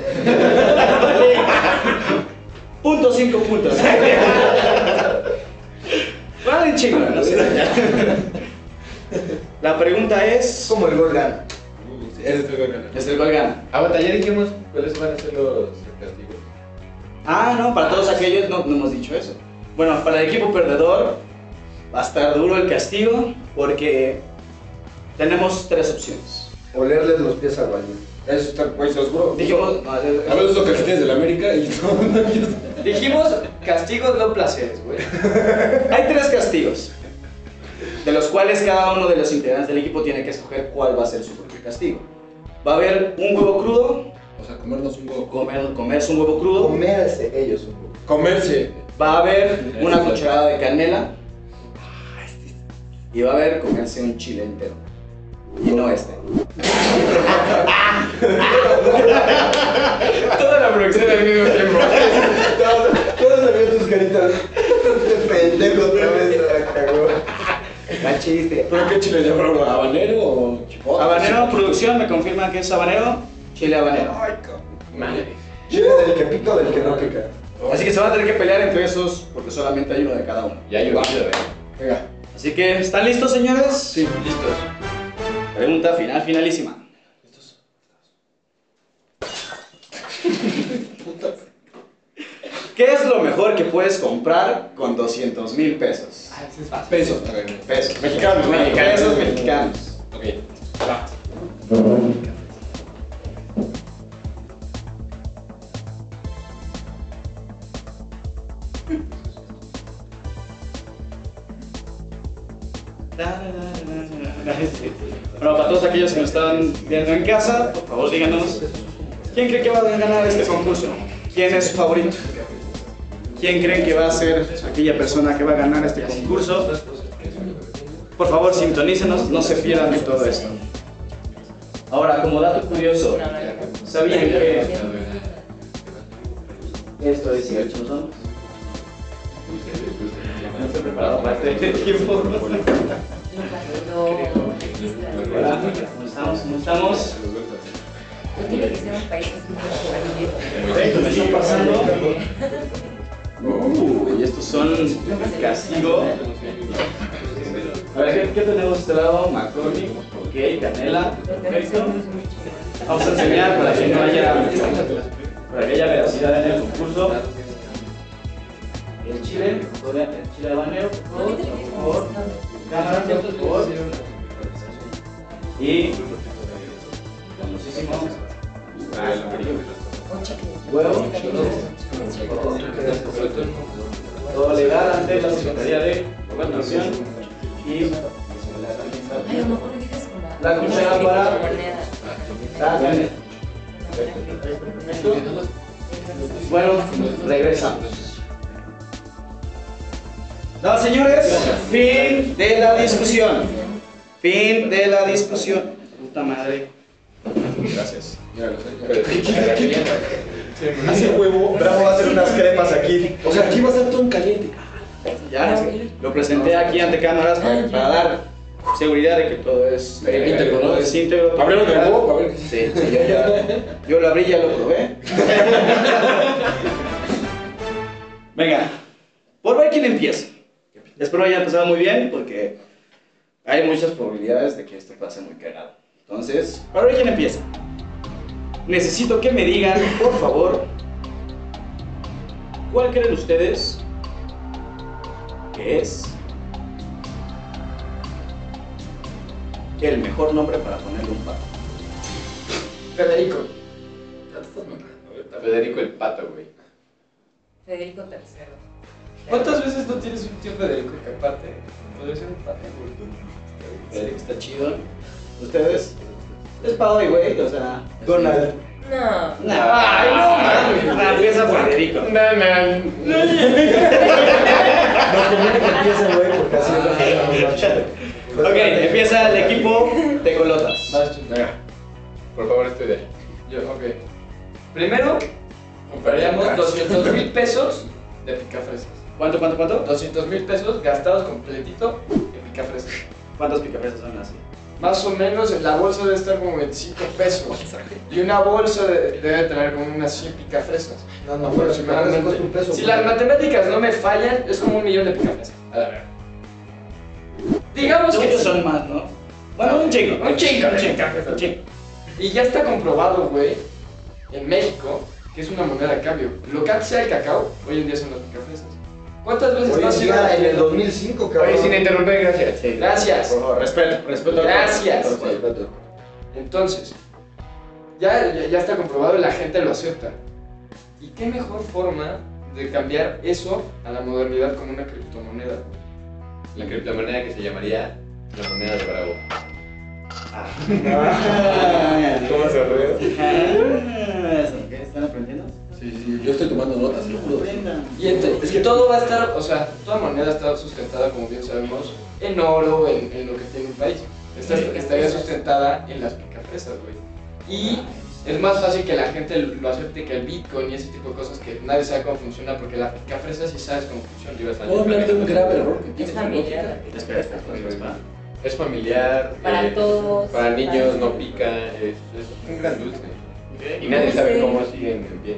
[SPEAKER 1] Punto cinco puntos. [laughs] Vale, chingo. no sé. La pregunta es.
[SPEAKER 2] Como el gol gana.
[SPEAKER 7] Uh, sí, Ese es el que gana.
[SPEAKER 1] Es el gol gana.
[SPEAKER 4] Aguanta, ya dijimos cuáles van a ser los castigos.
[SPEAKER 1] Ah, no, para todos aquellos no, no hemos dicho eso. Bueno, para el equipo perdedor va a estar duro el castigo porque tenemos tres opciones.
[SPEAKER 2] Olerles los pies a Guayú.
[SPEAKER 7] Eso está, güey, se los juro.
[SPEAKER 1] Dijimos, no,
[SPEAKER 7] A ver, los cajetes de la América y [laughs] todo el mundo aquí.
[SPEAKER 4] Dijimos castigos, no placeres, güey.
[SPEAKER 1] hay tres castigos, de los cuales cada uno de los integrantes del equipo tiene que escoger cuál va a ser su propio castigo. Va a haber un huevo crudo,
[SPEAKER 7] O sea, comernos un huevo.
[SPEAKER 1] comer, comerse un huevo crudo.
[SPEAKER 2] Comerse ellos un poco.
[SPEAKER 7] Comerse.
[SPEAKER 1] Va a haber una cucharada de canela y va a haber comerse un chile entero. Y no este.
[SPEAKER 4] Toda la producción al mismo tiempo.
[SPEAKER 2] Todos sabían tus caritas. Este pendejo otra vez se la cagó.
[SPEAKER 1] Mal chiste.
[SPEAKER 7] ¿Pero qué chile llevaron? ¿Habanero o chipotle?
[SPEAKER 1] Habanero producción me confirma que es habanero, chile habanero.
[SPEAKER 7] Ay, cabrón.
[SPEAKER 4] Madre.
[SPEAKER 2] Chile del que pica o del que no pica.
[SPEAKER 1] Oh. Así que se van a tener que pelear entre esos porque solamente hay uno de cada uno.
[SPEAKER 4] Ya llovido, eh.
[SPEAKER 7] Venga.
[SPEAKER 1] Así que, ¿están listos señores?
[SPEAKER 7] Sí, listos.
[SPEAKER 1] Pregunta final, finalísima. [laughs] ¿Qué es lo mejor que puedes comprar con 200 mil pesos?
[SPEAKER 7] Ah, Pesos.
[SPEAKER 1] Pesos.
[SPEAKER 7] Mexicanos, ¿no?
[SPEAKER 1] Pesos mexicanos.
[SPEAKER 7] Ok. Va.
[SPEAKER 1] Bueno, para todos aquellos que nos están viendo en casa, por favor díganos, ¿quién cree que va a ganar este concurso? ¿Quién es su favorito? ¿Quién creen que va a ser aquella persona que va a ganar este concurso? Por favor, sintonícenos, no se pierdan de todo esto. Ahora, como dato curioso, ¿sabían que esto es cierto? ¿no?
[SPEAKER 4] No estoy preparado
[SPEAKER 1] [laughs]
[SPEAKER 4] para este tiempo.
[SPEAKER 5] Lo registra.
[SPEAKER 1] Hola, ¿cómo estamos? ¿Cómo estamos?
[SPEAKER 5] Tiene que ser un país que es muy juvenil.
[SPEAKER 1] ¿Qué está pasando? Uh, y estos son castigo. A ver, ¿qué, qué tenemos de este lado? Macaroni, ok, canela, perfecto. Vamos a enseñar para que no haya, para que haya veracidad en el concurso. El chile, el chile habanero, por favor, por favor. Cámara, por favor. Y, famosísimo, huevo, Tolerar ante la Secretaría de Gobernación y
[SPEAKER 5] Ay, a lo mejor dices con la-
[SPEAKER 1] La cuchara para-
[SPEAKER 5] moneda.
[SPEAKER 1] Ah, bien. Bueno, regresamos. No, señores, fin de la discusión. Fin de la discusión. Puta madre. Gracias.
[SPEAKER 7] Mira, los Hace huevo.
[SPEAKER 2] Bravo va a hacer unas crepas aquí.
[SPEAKER 7] O sea, aquí va a estar todo un caliente.
[SPEAKER 1] Ya lo presenté aquí ante cámaras para, para dar seguridad de que todo es
[SPEAKER 7] Eh, íntegro, ¿no?
[SPEAKER 1] todo es íntegro.
[SPEAKER 7] ¿Abrieron el huevo? A ver.
[SPEAKER 1] Sí, sí, yo ya. Yo lo abrí, ya lo probé. Venga, por ver quién empieza. Espero haya empezado muy bien porque hay muchas probabilidades de que esto pase muy cagado. Entonces, para ver quién empieza. Necesito que me digan, por favor, ¿cuál creen ustedes que es el mejor nombre para ponerle un pato.
[SPEAKER 4] Federico.
[SPEAKER 7] Ya te estás mamando, güey, también.
[SPEAKER 8] Federico el Pato, güey.
[SPEAKER 5] Federico III.
[SPEAKER 4] ¿Cuántas veces no tienes un tío Federico que aparte podría ser un pate, güey?
[SPEAKER 1] Federico está chido. ¿Ustedes? Es Paoy, güey, o sea. Donald.
[SPEAKER 5] No.
[SPEAKER 1] Nah, Ay, no, mames. Ah, Empieza Federico.
[SPEAKER 4] No, no,
[SPEAKER 2] No, que nunca empieza, güey, porque así es la manera más chida.
[SPEAKER 1] Ok, empieza el equipo de golotas.
[SPEAKER 4] Vas tú.
[SPEAKER 7] Venga,
[SPEAKER 8] Por favor, estudia.
[SPEAKER 4] Yo, ok. Primero, compraríamos 200 mil pesos de picafresas.
[SPEAKER 1] ¿Cuánto, cuánto, cuánto?
[SPEAKER 4] 200 mil pesos gastados completito en picafresas.
[SPEAKER 1] ¿Cuántos picapesas son así?
[SPEAKER 4] Más o menos en la bolsa debe estar como 25 pesos. Y una bolsa de- debe tener como unas 100 picafresas.
[SPEAKER 2] No, no, pero si me hagas cuesta un peso.
[SPEAKER 4] Si
[SPEAKER 2] güey.
[SPEAKER 4] las matemáticas no me fallan, es como un millón de picafresas. A la verdad. Digamos que
[SPEAKER 1] Muchos
[SPEAKER 4] sí.
[SPEAKER 1] son más, ¿no? Bueno, un chingo.
[SPEAKER 4] Un chingo,
[SPEAKER 1] un
[SPEAKER 4] un
[SPEAKER 1] chingo.
[SPEAKER 4] chingo.
[SPEAKER 1] Un chingo.
[SPEAKER 4] Y ya está comprobado, güey, en México, que es una moneda de cambio. Lo que antes era el cacao, hoy en día son las picafresas. ¿Cuántas veces
[SPEAKER 2] Hoy
[SPEAKER 4] no
[SPEAKER 2] en
[SPEAKER 4] has ido a
[SPEAKER 2] día,
[SPEAKER 4] la
[SPEAKER 2] en el
[SPEAKER 4] tienda?
[SPEAKER 2] 2005, cabrón.
[SPEAKER 8] Oye, sin interrumpir, gracias.
[SPEAKER 1] Sí.
[SPEAKER 4] Gracias.
[SPEAKER 1] Por favor, respeto, respeto. al-
[SPEAKER 4] Gracias.
[SPEAKER 1] al- al-
[SPEAKER 7] respeto.
[SPEAKER 4] Entonces, ya, ya, ya está comprobado y la gente lo acepta. ¿Y qué mejor forma de cambiar eso a la modernidad con una criptomoneda? güey?
[SPEAKER 8] La criptomoneda que se llamaría la moneda de Bravo.
[SPEAKER 1] [laughs] Ah,
[SPEAKER 8] ¿Cómo se ríe?
[SPEAKER 1] ¿Qué están aprendiendo?
[SPEAKER 7] Sí, sí, yo estoy tomando notas, lo juro.
[SPEAKER 1] Aprendan.
[SPEAKER 4] Y ente- es que todo va a estar, o sea, toda moneda está sustentada, como bien sabemos, en oro, en, en lo que tiene un país. Esta estaría sustentada en las picafresas, güey. Y es más fácil que la gente lo acepte que el Bitcoin y ese tipo de cosas que nadie sabe cómo funciona, porque la picafresa sí sabes cómo funciona.
[SPEAKER 8] Ibas a-
[SPEAKER 7] Puedo hablar de un grave error que
[SPEAKER 5] Es
[SPEAKER 7] tienes.
[SPEAKER 5] familiar.
[SPEAKER 1] Espera, espera, espera, espera.
[SPEAKER 8] Es familiar.
[SPEAKER 5] Para
[SPEAKER 8] eh,
[SPEAKER 5] todos.
[SPEAKER 8] Para niños, no pica. Es, es un gran dulce. Y nadie
[SPEAKER 5] Dulce.
[SPEAKER 8] sabe cómo siguen en pie.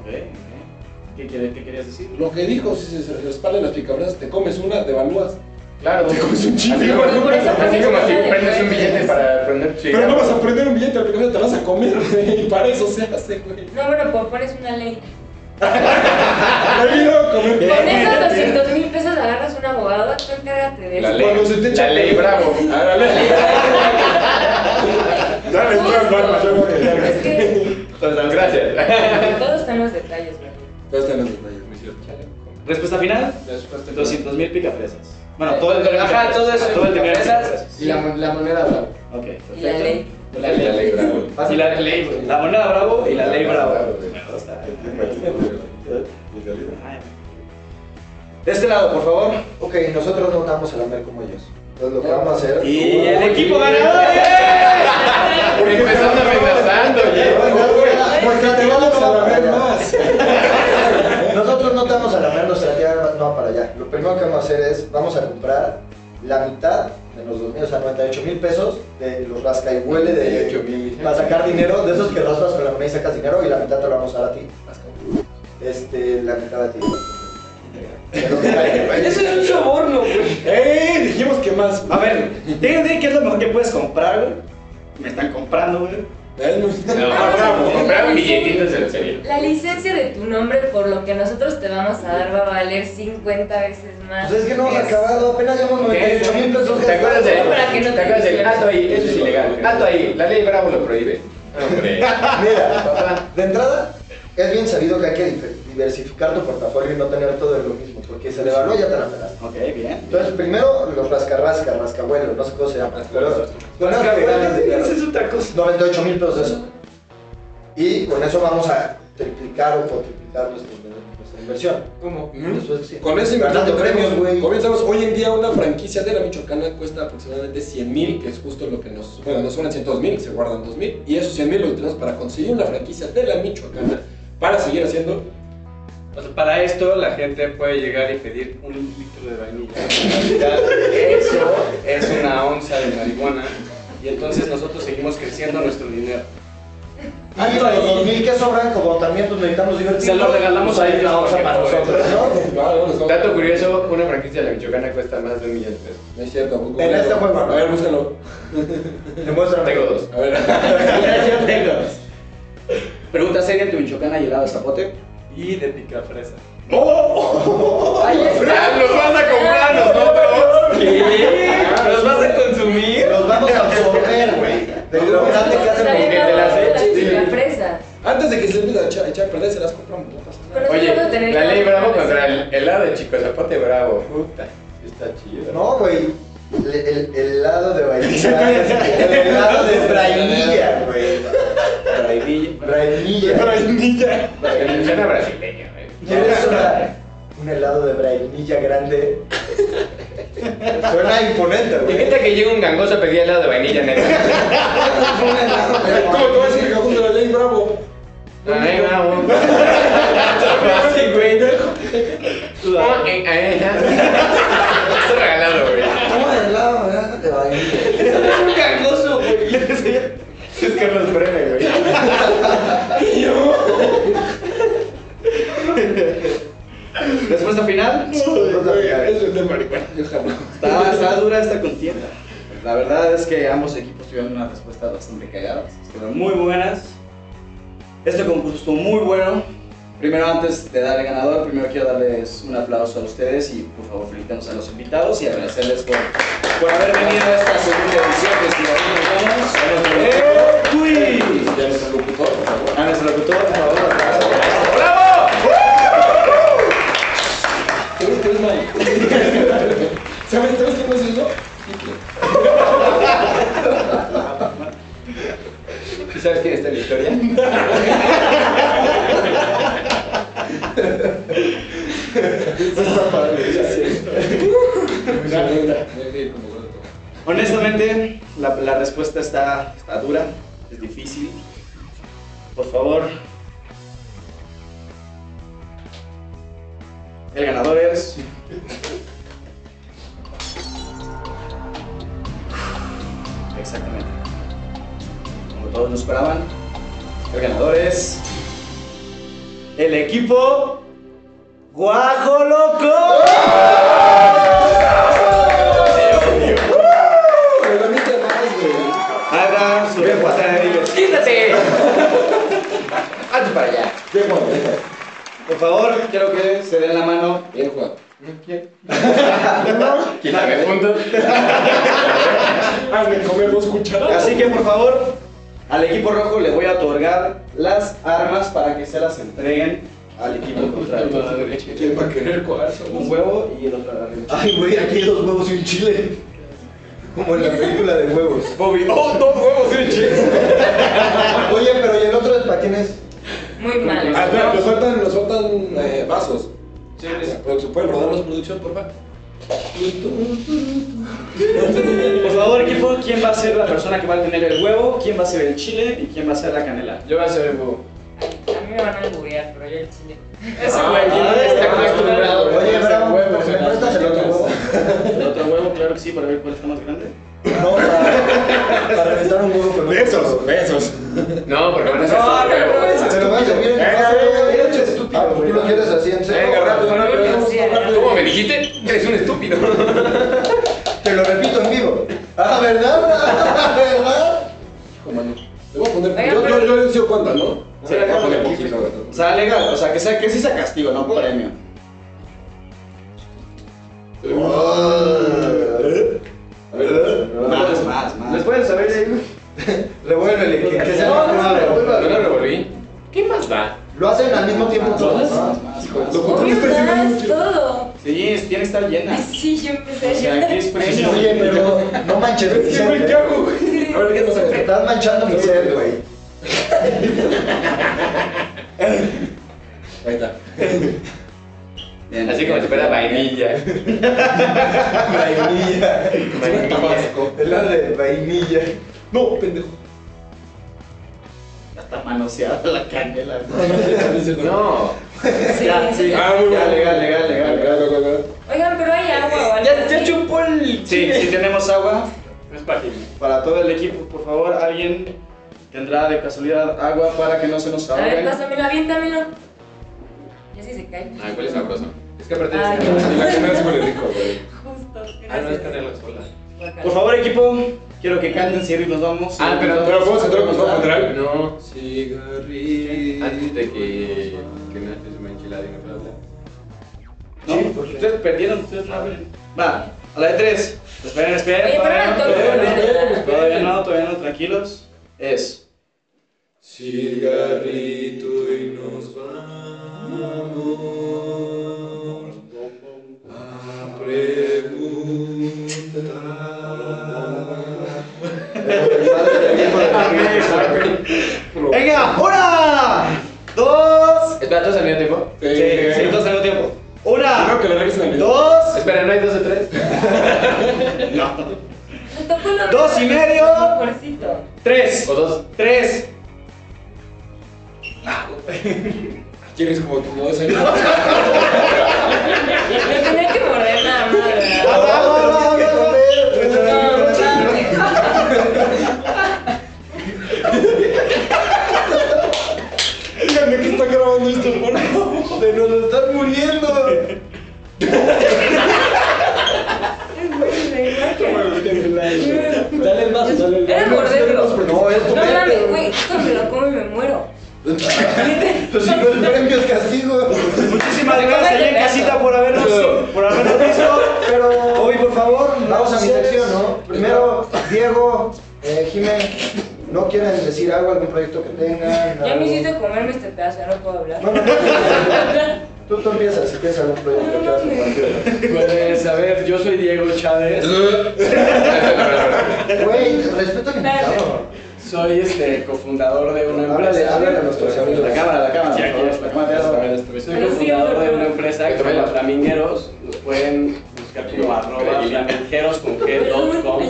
[SPEAKER 1] Ok, ok. ¿Qué quiere- ¿Qué querías decir?
[SPEAKER 7] Lo que dijo, si se respaldan las picabras, te comes una, te evalúas.
[SPEAKER 8] Claro.
[SPEAKER 7] Te comes un
[SPEAKER 8] Así
[SPEAKER 7] chile.
[SPEAKER 8] como,
[SPEAKER 5] Por eso
[SPEAKER 8] así
[SPEAKER 5] pones
[SPEAKER 8] como
[SPEAKER 5] una
[SPEAKER 8] si
[SPEAKER 5] de
[SPEAKER 8] prendes un
[SPEAKER 5] nueces.
[SPEAKER 8] billete para prender chica.
[SPEAKER 7] Pero no vas a prender un billete al picabras, te vas a comer, güey. Y para eso se hace, güey.
[SPEAKER 5] No, bueno, pues pones una ley.
[SPEAKER 7] Me vino a comer
[SPEAKER 5] Con esos 200 mil pesos agarras un abogado, tú encárgate de
[SPEAKER 8] La
[SPEAKER 5] eso.
[SPEAKER 8] ley,
[SPEAKER 7] Cuando se te echa-
[SPEAKER 8] la ley Bravo.
[SPEAKER 7] Ah, dale. Dale, tú al barba, yo voy a quedar.
[SPEAKER 5] Es que
[SPEAKER 8] Gracias.
[SPEAKER 5] [laughs] todos están los detalles, güey.
[SPEAKER 7] Todos están los detalles.
[SPEAKER 1] Respuesta final:
[SPEAKER 4] Después te
[SPEAKER 1] 200 mil picafresas. Bueno,
[SPEAKER 4] Eh,
[SPEAKER 1] todo el dinero.
[SPEAKER 4] Ajá, todo eso.
[SPEAKER 1] Todo el dinero. en
[SPEAKER 4] picafresas
[SPEAKER 1] picafresas.
[SPEAKER 4] y la, mon- la moneda bravo.
[SPEAKER 1] Ok.
[SPEAKER 5] Y la ley.
[SPEAKER 8] La ley, la ley Bravo.
[SPEAKER 1] Y la ley, güey. La moneda bravo y la ley bravo.
[SPEAKER 8] güey.
[SPEAKER 1] Me gusta. Ay, De este lado, por favor.
[SPEAKER 2] Ok, nosotros no damos el amor como ellos. Entonces lo que vamos a hacer.
[SPEAKER 1] Y el equipo ganador. ¡eh!
[SPEAKER 8] Empezando amenazando,
[SPEAKER 2] No,
[SPEAKER 8] oye.
[SPEAKER 2] no, no, Porque te vamos a lamer más. Nosotros no te vamos a lamer nuestra tierra, no para allá. Lo primero que vamos a hacer es, vamos a comprar la mitad de los 2.000, o sea, 98 mil pesos de los rasca y huele de...
[SPEAKER 8] 8,000.
[SPEAKER 2] Para sacar dinero, de esos que raspas con la moneda y sacas dinero y la mitad te lo vamos a dar a ti. Este, la mitad a ti. Pues De lo que caiga.
[SPEAKER 4] Eso es un soborno, güey.
[SPEAKER 7] ¡Eh! Dijimos que más.
[SPEAKER 1] A ver, díganme qué es lo mejor que puedes comprar, güey. Me están comprando, güey.
[SPEAKER 7] Eh, no.
[SPEAKER 8] No,
[SPEAKER 5] Ah,
[SPEAKER 8] bravo. Compraron billetitos de la serie.
[SPEAKER 5] La licencia de tu nombre por lo que nosotros te vamos a dar va a valer 50 veces más.
[SPEAKER 2] Pues es que no hemos acabado, apenas llevamos 98 mil pesos.
[SPEAKER 8] ¿Te acuerdas de
[SPEAKER 5] Solo para que no te
[SPEAKER 8] ¿Te acuerdas del
[SPEAKER 5] pusieran.
[SPEAKER 8] alto ahí? Eso es ilegal. Alto ahí. La ley Bravo lo prohíbe. Hombre.
[SPEAKER 2] Mira, de entrada, es bien sabido que hay que difer- diversificar tu portafolio y no tener todo en lo mismo, porque se devaluó y ya te la pelaste.
[SPEAKER 1] Ok, bien.
[SPEAKER 2] Entonces, primero, los rascarrasca, rascabuelos, no sé cómo se llama, pero...
[SPEAKER 1] Esa
[SPEAKER 2] Los
[SPEAKER 1] es
[SPEAKER 2] rascabuelos,
[SPEAKER 1] otra cosa.
[SPEAKER 2] 98 mil pesos de eso. Y con eso vamos a triplicar o cuatriplicar nuestra, nuestra inversión.
[SPEAKER 4] ¿Cómo?
[SPEAKER 2] Eso es, sí.
[SPEAKER 7] Con eso inventando
[SPEAKER 2] Ganando
[SPEAKER 7] premios,
[SPEAKER 2] premios,
[SPEAKER 7] güey.
[SPEAKER 2] güey.
[SPEAKER 7] Comenzamos hoy en día una franquicia de la Michoacana cuesta aproximadamente 100 mil, que es justo lo que nos. Bueno, nos sobran 102 mil, se guardan 2 mil, y esos 100 mil los tenemos para conseguir una franquicia de la Michoacana para seguir haciendo.
[SPEAKER 6] O sea, para esto la gente puede llegar y pedir un litro de vainilla. Eso es una onza de marihuana. Y entonces nosotros seguimos creciendo nuestro dinero.
[SPEAKER 2] Ah, y los 2 mil que sobran, como también pues, necesitamos divertirnos.
[SPEAKER 1] Se lo regalamos
[SPEAKER 2] pues,
[SPEAKER 1] a
[SPEAKER 2] ahí
[SPEAKER 1] ellos,
[SPEAKER 2] la vamos a
[SPEAKER 1] porque
[SPEAKER 2] para nosotros, ¿no?
[SPEAKER 7] Claro, nos vamos-
[SPEAKER 8] Dato curioso, una franquicia de la Michoacana cuesta más de un millón de pesos.
[SPEAKER 7] No es cierto, poco.
[SPEAKER 2] En este juego,
[SPEAKER 7] A
[SPEAKER 2] ¿no?
[SPEAKER 7] ver, búscalo.
[SPEAKER 2] Demuéstrame.
[SPEAKER 8] Tengo dos.
[SPEAKER 7] A ver.
[SPEAKER 1] Yo tengo. Pregunta seria, ¿tu Michoacán ha llegado a Zapote?
[SPEAKER 6] Y de picafresa.
[SPEAKER 5] Ahí está.
[SPEAKER 8] ¡Los vas a comprar nosotros! ¿Qué? ¿Los vas a consumir?
[SPEAKER 2] Los vamos a
[SPEAKER 7] Puta, está chido.
[SPEAKER 2] No, güey. El, el, el helado de vainilla. el helado de vainilla, güey.
[SPEAKER 8] Braidilla.
[SPEAKER 2] Vainilla.
[SPEAKER 7] Vainilla.
[SPEAKER 8] Suena brasileño, eh.
[SPEAKER 2] ¿Quieres una- un helado de vainilla grande? Suena imponente, güey.
[SPEAKER 8] Imagínate que llega un gangoso a pedir helado de vainilla, [laughs] neta.
[SPEAKER 2] [laughs]
[SPEAKER 7] ¿Cómo te vas a decir que junto a la ley, bravo?
[SPEAKER 8] No, no, no, no. [laughs]
[SPEAKER 7] Sí, güey.
[SPEAKER 8] Ah, eh, eh, eh. Está regalado, güey.
[SPEAKER 2] Toma el helado grande de vainilla.
[SPEAKER 8] Un gangoso, güey. Es Carlos Bremer, güey.
[SPEAKER 1] Respuesta final.
[SPEAKER 7] Eso es de marihuana. Yo jamás.
[SPEAKER 1] Está, está dura esta contienda. La verdad es que ambos equipos tuvieron unas respuestas bastante cagadas. Estuvieron muy buenas. Este concurso estuvo muy bueno. Primero, antes de darle ganador, primero quiero darles un aplauso a ustedes y por favor felicitamos a los invitados y agradecerles por, por haber venido a esta segunda edición de Si Aquí Nos Vemos. ¡Eh,
[SPEAKER 7] Ya no se preocupó, por favor.
[SPEAKER 1] Luis! ¡Eh, A nuestro locutor, por favor, aplauso.
[SPEAKER 7] ¿Sabes qué es Mike? ¿Sabes, ¿Sabes quién es eso?
[SPEAKER 8] ¿Y sabes quién está en la historia?
[SPEAKER 1] Honestamente, la, la respuesta está, está dura, es difícil. Por favor. El ganador es. Exactamente. Como todos lo esperaban, el ganador es. El equipo. ¡Guajo Loco! Hagan su respuesta de diles.
[SPEAKER 8] ¡Quítate! ¡Hazte para allá!
[SPEAKER 7] Bien, Juan.
[SPEAKER 1] Por favor, quiero que se den la mano.
[SPEAKER 7] Bien, Juan.
[SPEAKER 8] Quítame punto.
[SPEAKER 7] Ah, me comemos cucharadas.
[SPEAKER 1] Así que, por favor, al equipo rojo le voy a otorgar las armas para que se las entreguen al equipo contrario.
[SPEAKER 7] ¿Quién va a querer coarse?
[SPEAKER 1] Un huevo y el otro agarre.
[SPEAKER 2] Ay, güey, aquí hay dos huevos y un chile. Como en la película de huevos.
[SPEAKER 8] Bobby. ¡Oh, dos huevos de chile!
[SPEAKER 2] Oye, pero ¿y el otro es para quién es?
[SPEAKER 5] Muy mal.
[SPEAKER 7] Ah, espera, nos faltan, nos faltan eh, vasos. Sí, ¿Se pueden rodar los producción, porfa?
[SPEAKER 2] [laughs]
[SPEAKER 1] Por favor, equipo, ¿quién va a ser la persona que va a tener el huevo? ¿Quién va a ser el chile? ¿Y quién va a ser la canela?
[SPEAKER 4] Yo voy a hacer el huevo.
[SPEAKER 5] A mí me van a alburear, pero yo el chile.
[SPEAKER 4] Ese güey ya está acostumbrado.
[SPEAKER 2] Oye,
[SPEAKER 4] güey. Ese
[SPEAKER 2] bravo,
[SPEAKER 4] huevo,
[SPEAKER 2] ¿me
[SPEAKER 4] se la-
[SPEAKER 2] prestas el otro huevo?
[SPEAKER 1] El otro huevo, claro que sí, para ver cuál está más grande.
[SPEAKER 2] No, para, para reventar un huevo con
[SPEAKER 7] Besos, besos.
[SPEAKER 8] No, porque van a ser
[SPEAKER 5] No,
[SPEAKER 8] dos
[SPEAKER 5] no, no,
[SPEAKER 8] huevos.
[SPEAKER 5] es
[SPEAKER 2] Se lo voy a servir en
[SPEAKER 7] Eh,
[SPEAKER 2] casa,
[SPEAKER 7] eh,
[SPEAKER 2] güey.
[SPEAKER 7] eh, eres estúpido,
[SPEAKER 2] Ah, pues tú lo
[SPEAKER 7] güey.
[SPEAKER 2] quieres así en serio.
[SPEAKER 7] Venga, rápido, rápido, rápido, rápido.
[SPEAKER 8] ¿Cómo me dijiste? Eres un [laughs] estúpido.
[SPEAKER 2] Te lo repito en vivo. Ah, ¿verdad? [laughs] ¿Verdad?
[SPEAKER 7] Hijo, mano. Le voy a poner.
[SPEAKER 5] Venga,
[SPEAKER 7] Yo, yo,
[SPEAKER 5] pero-
[SPEAKER 7] yo le enseño cuánta, ¿no?
[SPEAKER 1] Sí,
[SPEAKER 7] le voy a poner
[SPEAKER 1] acá,
[SPEAKER 7] poquito, güey.
[SPEAKER 1] O sea, legal, o sea, que sea que sí sea castigo, no premio.
[SPEAKER 2] ¿Eh?
[SPEAKER 7] A ver,
[SPEAKER 1] Más, más, más.
[SPEAKER 4] Después de saber ahí, güey.
[SPEAKER 2] [laughs] Revuélvele, que, que sea
[SPEAKER 4] No, no,
[SPEAKER 2] más
[SPEAKER 4] no,
[SPEAKER 2] revuelva.
[SPEAKER 8] Yo no lo volví. ¿Qué más da?
[SPEAKER 2] Lo hacen al mismo tiempo todos.
[SPEAKER 1] Más,
[SPEAKER 2] ¿no?
[SPEAKER 1] más,
[SPEAKER 7] Lo
[SPEAKER 1] más.
[SPEAKER 7] controlo estoy haciendo
[SPEAKER 5] Más
[SPEAKER 7] mucho.
[SPEAKER 5] todo.
[SPEAKER 1] Sí, tiene que estar llena.
[SPEAKER 5] Ay, sí, yo empecé a
[SPEAKER 1] O sea,
[SPEAKER 5] llorar.
[SPEAKER 1] aquí es premio.
[SPEAKER 2] Oye, pero no manches.
[SPEAKER 7] Es que, güey, ¿qué hago, güey? A ver, ¿qué nos
[SPEAKER 2] Te
[SPEAKER 7] hace?
[SPEAKER 2] estás manchando mi ser, güey.
[SPEAKER 7] Ahí está.
[SPEAKER 1] Bien.
[SPEAKER 8] Así como si fuera
[SPEAKER 1] [laughs]
[SPEAKER 8] vainilla.
[SPEAKER 2] Vainilla. Es la de vainilla.
[SPEAKER 7] No, pendejo.
[SPEAKER 1] Ya está manoseada la canela.
[SPEAKER 8] No.
[SPEAKER 5] Sí,
[SPEAKER 1] Ya, sí.
[SPEAKER 5] sí.
[SPEAKER 7] Ah, muy
[SPEAKER 1] Ya, legal,
[SPEAKER 7] bueno.
[SPEAKER 1] legal, legal, legal.
[SPEAKER 7] Legal, legal, legal.
[SPEAKER 5] Oigan, pero hay
[SPEAKER 4] Eh,
[SPEAKER 5] agua o algo así.
[SPEAKER 1] chupó el. Sí, sí tenemos agua
[SPEAKER 4] Es para ti.
[SPEAKER 1] para todo el equipo. Por favor, alguien tendrá de casualidad agua para que no se nos
[SPEAKER 5] A ver,
[SPEAKER 1] ahoguen.
[SPEAKER 5] pásamelo, aviéntamelo. Ya sí se cae.
[SPEAKER 8] Ah, ¿cuál es sabroso?
[SPEAKER 4] Es que aparte
[SPEAKER 5] Ay,
[SPEAKER 4] es-
[SPEAKER 7] La comida es muy rico, güey.
[SPEAKER 5] Justo.
[SPEAKER 4] Ah, no es
[SPEAKER 5] gracias.
[SPEAKER 4] canela sola.
[SPEAKER 5] Guacala.
[SPEAKER 1] Por favor, equipo, quiero que canten si nos vamos.
[SPEAKER 8] Ah, pero-
[SPEAKER 7] Pero podemos entrar con todo lateral.
[SPEAKER 8] No.
[SPEAKER 7] Cigarrillo.
[SPEAKER 8] Antes de que. que no estés una enchilada y no puedas hablar.
[SPEAKER 1] ¿No? Ustedes perdieron, ustedes no hablen. Va, a la de tres. Esperen, esperen.
[SPEAKER 5] Oye,
[SPEAKER 1] todavía no,
[SPEAKER 5] pero no
[SPEAKER 1] todavía no,
[SPEAKER 5] toques, ¿verdad?
[SPEAKER 1] Todavía no, todavía no, tranquilos. Es.
[SPEAKER 7] Cigarrito y nos vamos a
[SPEAKER 1] [laughs] ¡Venga! ¡Una! ¡Dos!
[SPEAKER 8] Espera, ¿todos al mismo tiempo?
[SPEAKER 1] Sí, sí, entonces al mismo tiempo. ¡Una!
[SPEAKER 7] Creo que lo revisen al video.
[SPEAKER 1] ¡Dos!
[SPEAKER 8] Espera, ¿no hay dos o tres?
[SPEAKER 1] No.
[SPEAKER 5] Me tocó lo
[SPEAKER 1] Dos y medio.
[SPEAKER 5] Mejorcito.
[SPEAKER 1] ¡Tres!
[SPEAKER 8] ¿O dos?
[SPEAKER 1] ¡Tres!
[SPEAKER 7] ¿Quieres como tu modo de salir?
[SPEAKER 5] Me tenía que morder nada más, ¿verdad?
[SPEAKER 2] Ah,
[SPEAKER 1] ¡Va, va, va, va, va, va!
[SPEAKER 7] Díganme que está grabando esto,
[SPEAKER 2] [laughs]
[SPEAKER 7] por favor. De nos están muriendo.
[SPEAKER 5] Es muy divertido.
[SPEAKER 6] Dale el vaso, dale el
[SPEAKER 5] Era
[SPEAKER 6] vaso.
[SPEAKER 5] morderlo.
[SPEAKER 2] pues, No, es tu
[SPEAKER 5] No mames, güey,
[SPEAKER 2] mente.
[SPEAKER 5] esto me lo como y me muero.
[SPEAKER 2] Los cinco premios castigo.
[SPEAKER 1] Muchísimas gracias ahí en casita por habernos, por habernos visto.
[SPEAKER 2] Pero
[SPEAKER 1] Hoy, por favor, no
[SPEAKER 2] vamos a mi
[SPEAKER 1] ustedes.
[SPEAKER 2] sección, ¿no? Primero, Diego, eh, Jimé, ¿no quieren decir algo, algún proyecto que tengan?
[SPEAKER 5] Ya me
[SPEAKER 2] Algo?
[SPEAKER 5] hiciste comerme este pedazo, ya no puedo hablar.
[SPEAKER 2] No, no, no. Tú, tú empiezas, si tienes algún proyecto que quieras compartir.
[SPEAKER 6] Pues, a ver, yo soy Diego Chávez.
[SPEAKER 5] [laughs]
[SPEAKER 2] Güey, respeto al invitado.
[SPEAKER 6] Soy este cofundador de una
[SPEAKER 2] Háblale,
[SPEAKER 6] empresa.
[SPEAKER 2] háblale a nuestros amigos.
[SPEAKER 6] La cámara, la cámara.
[SPEAKER 8] Sí,
[SPEAKER 6] por
[SPEAKER 8] aquí
[SPEAKER 6] favor,
[SPEAKER 8] es,
[SPEAKER 6] la cámara,
[SPEAKER 8] aquí es,
[SPEAKER 6] por
[SPEAKER 8] también
[SPEAKER 6] favor.
[SPEAKER 8] estoy.
[SPEAKER 6] Soy cofundador de una empresa que se llama Flamingueros. Nos pueden buscar como arroba flamingueros con g.com.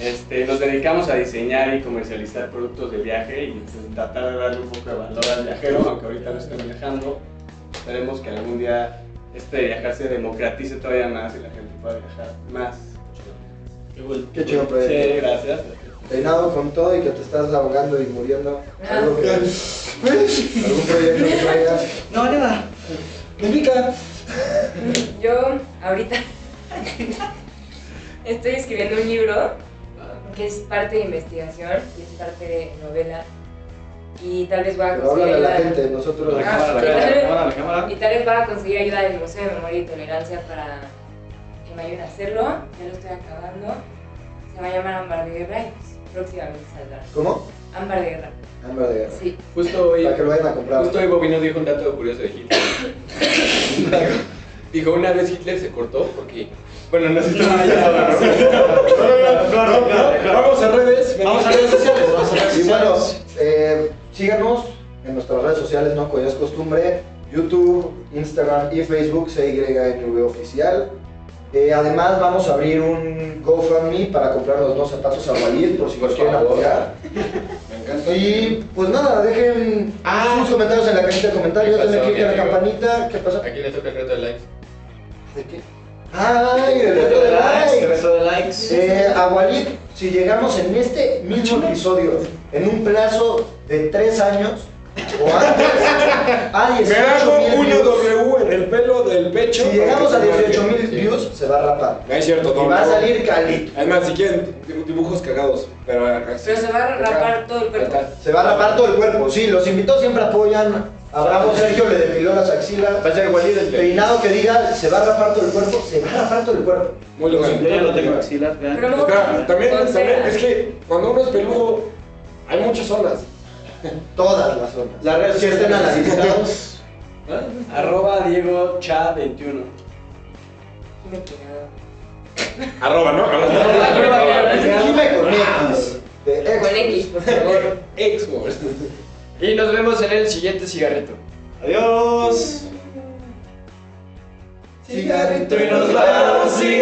[SPEAKER 6] Este, nos dedicamos a diseñar y comercializar productos de viaje y pues, tratar de darle un poco de valor al viajero, aunque ahorita no estén viajando. Esperemos que algún día este viajar se democratice todavía más y la gente pueda viajar más.
[SPEAKER 2] Qué chido
[SPEAKER 6] Sí,
[SPEAKER 2] proyecto.
[SPEAKER 6] gracias.
[SPEAKER 2] Peinado con todo y que te estás ahogando y muriendo.
[SPEAKER 5] Ah.
[SPEAKER 2] Algo que- ¿Algún proyecto que traigas?
[SPEAKER 1] No, nada.
[SPEAKER 2] Me pica.
[SPEAKER 5] Yo ahorita estoy escribiendo un libro que es parte de investigación y es parte de novela y tal vez voy a
[SPEAKER 2] Pero
[SPEAKER 5] conseguir
[SPEAKER 2] háblale a la
[SPEAKER 5] ayuda.
[SPEAKER 2] gente,
[SPEAKER 8] Ah,
[SPEAKER 2] nosotros.
[SPEAKER 1] La cámara, la cámara, la cámara, la cámara.
[SPEAKER 5] Y tal vez voy a conseguir ayuda del Museo de Memoria y Tolerancia para que me ayuden a hacerlo. Ya lo estoy acabando. Se va a llamar Ámbar de Guerra y pues, próximamente saldrá.
[SPEAKER 2] ¿Cómo?
[SPEAKER 5] Ámbar de Guerra.
[SPEAKER 2] Hambre de guerra.
[SPEAKER 5] Sí.
[SPEAKER 8] Justo hoy,
[SPEAKER 2] Para que lo vayan a comprar.
[SPEAKER 8] justo hoy Bobino dijo un dato curioso de Hitler. Dijo- Dijo, una vez Hitler se cortó porque... Bueno, no sé si...
[SPEAKER 1] Ah, [laughs]
[SPEAKER 7] Vamos a redes.
[SPEAKER 1] Vamos a redes sociales. Vamos a redes
[SPEAKER 2] Y bueno,
[SPEAKER 1] sociales.
[SPEAKER 2] eh, síganos en nuestras redes sociales, ¿no? Como ya es costumbre, YouTube, Instagram y Facebook, CYNV Oficial. Eh, además, vamos a abrir un GoFundMe para comprar los dos zapatos a Walid, por si
[SPEAKER 8] Por
[SPEAKER 2] los quieren
[SPEAKER 8] favor. [laughs]
[SPEAKER 2] apoyar.
[SPEAKER 7] Me encanta.
[SPEAKER 2] Y pues nada, dejen
[SPEAKER 8] Ah.
[SPEAKER 2] sus comentarios en la cajita de comentarios,
[SPEAKER 8] ¿Qué pasó,
[SPEAKER 2] denle click
[SPEAKER 8] mi
[SPEAKER 2] a la
[SPEAKER 8] amigo?
[SPEAKER 2] campanita. ¿Qué pasa?
[SPEAKER 8] Aquí le toca el reto de likes.
[SPEAKER 2] ¿De qué? ¡Ay, el reto de
[SPEAKER 1] likes,
[SPEAKER 2] likes!
[SPEAKER 1] resto de likes.
[SPEAKER 2] Eh, a Walid, si llegamos en este mismo episodio, en un plazo de tres años o antes, a
[SPEAKER 7] Me
[SPEAKER 2] 18
[SPEAKER 7] hago
[SPEAKER 2] mil
[SPEAKER 7] una
[SPEAKER 2] views,
[SPEAKER 7] W en el pelo del pecho.
[SPEAKER 2] si llegamos a
[SPEAKER 7] para que se
[SPEAKER 2] 18 mil
[SPEAKER 7] marque.
[SPEAKER 2] views, se va a rapar.
[SPEAKER 7] No es cierto, no.
[SPEAKER 2] Y va a
[SPEAKER 7] no.
[SPEAKER 2] salir Cali.
[SPEAKER 7] Además, si quieren dibu- dibujos cagados, pero así.
[SPEAKER 5] Pero se va a rapar todo el
[SPEAKER 7] Ahí
[SPEAKER 5] cuerpo.
[SPEAKER 7] está.
[SPEAKER 2] Se va a rapar todo el cuerpo. Sí, los invitados siempre apoyan. A Bravo Sergio le depiló las axilas.
[SPEAKER 8] Va a ser Walid el
[SPEAKER 2] Peinado que diga, se va a rapar todo el cuerpo, se va a rapar todo el cuerpo.
[SPEAKER 7] Muy
[SPEAKER 1] Yo
[SPEAKER 7] legal.
[SPEAKER 1] ya no tengo axilas, vean.
[SPEAKER 5] Pero luego-
[SPEAKER 7] Espera, también,
[SPEAKER 5] Con
[SPEAKER 7] también
[SPEAKER 5] cera.
[SPEAKER 7] es que cuando uno es peludo, hay muchas zonas.
[SPEAKER 2] Todas las zonas.
[SPEAKER 6] Las redes
[SPEAKER 2] Si estén
[SPEAKER 6] sociales.
[SPEAKER 2] analizados.
[SPEAKER 6] Arroba Diego Cha 21.
[SPEAKER 5] Me he quedado.
[SPEAKER 7] Arroba, ¿no?
[SPEAKER 2] Dime con X. De X.
[SPEAKER 5] Con X, por favor.
[SPEAKER 7] Exmores.
[SPEAKER 8] Y nos vemos en el siguiente cigarrito.
[SPEAKER 1] Adiós.
[SPEAKER 2] Cigarrito y
[SPEAKER 1] nos vamos,
[SPEAKER 8] sí.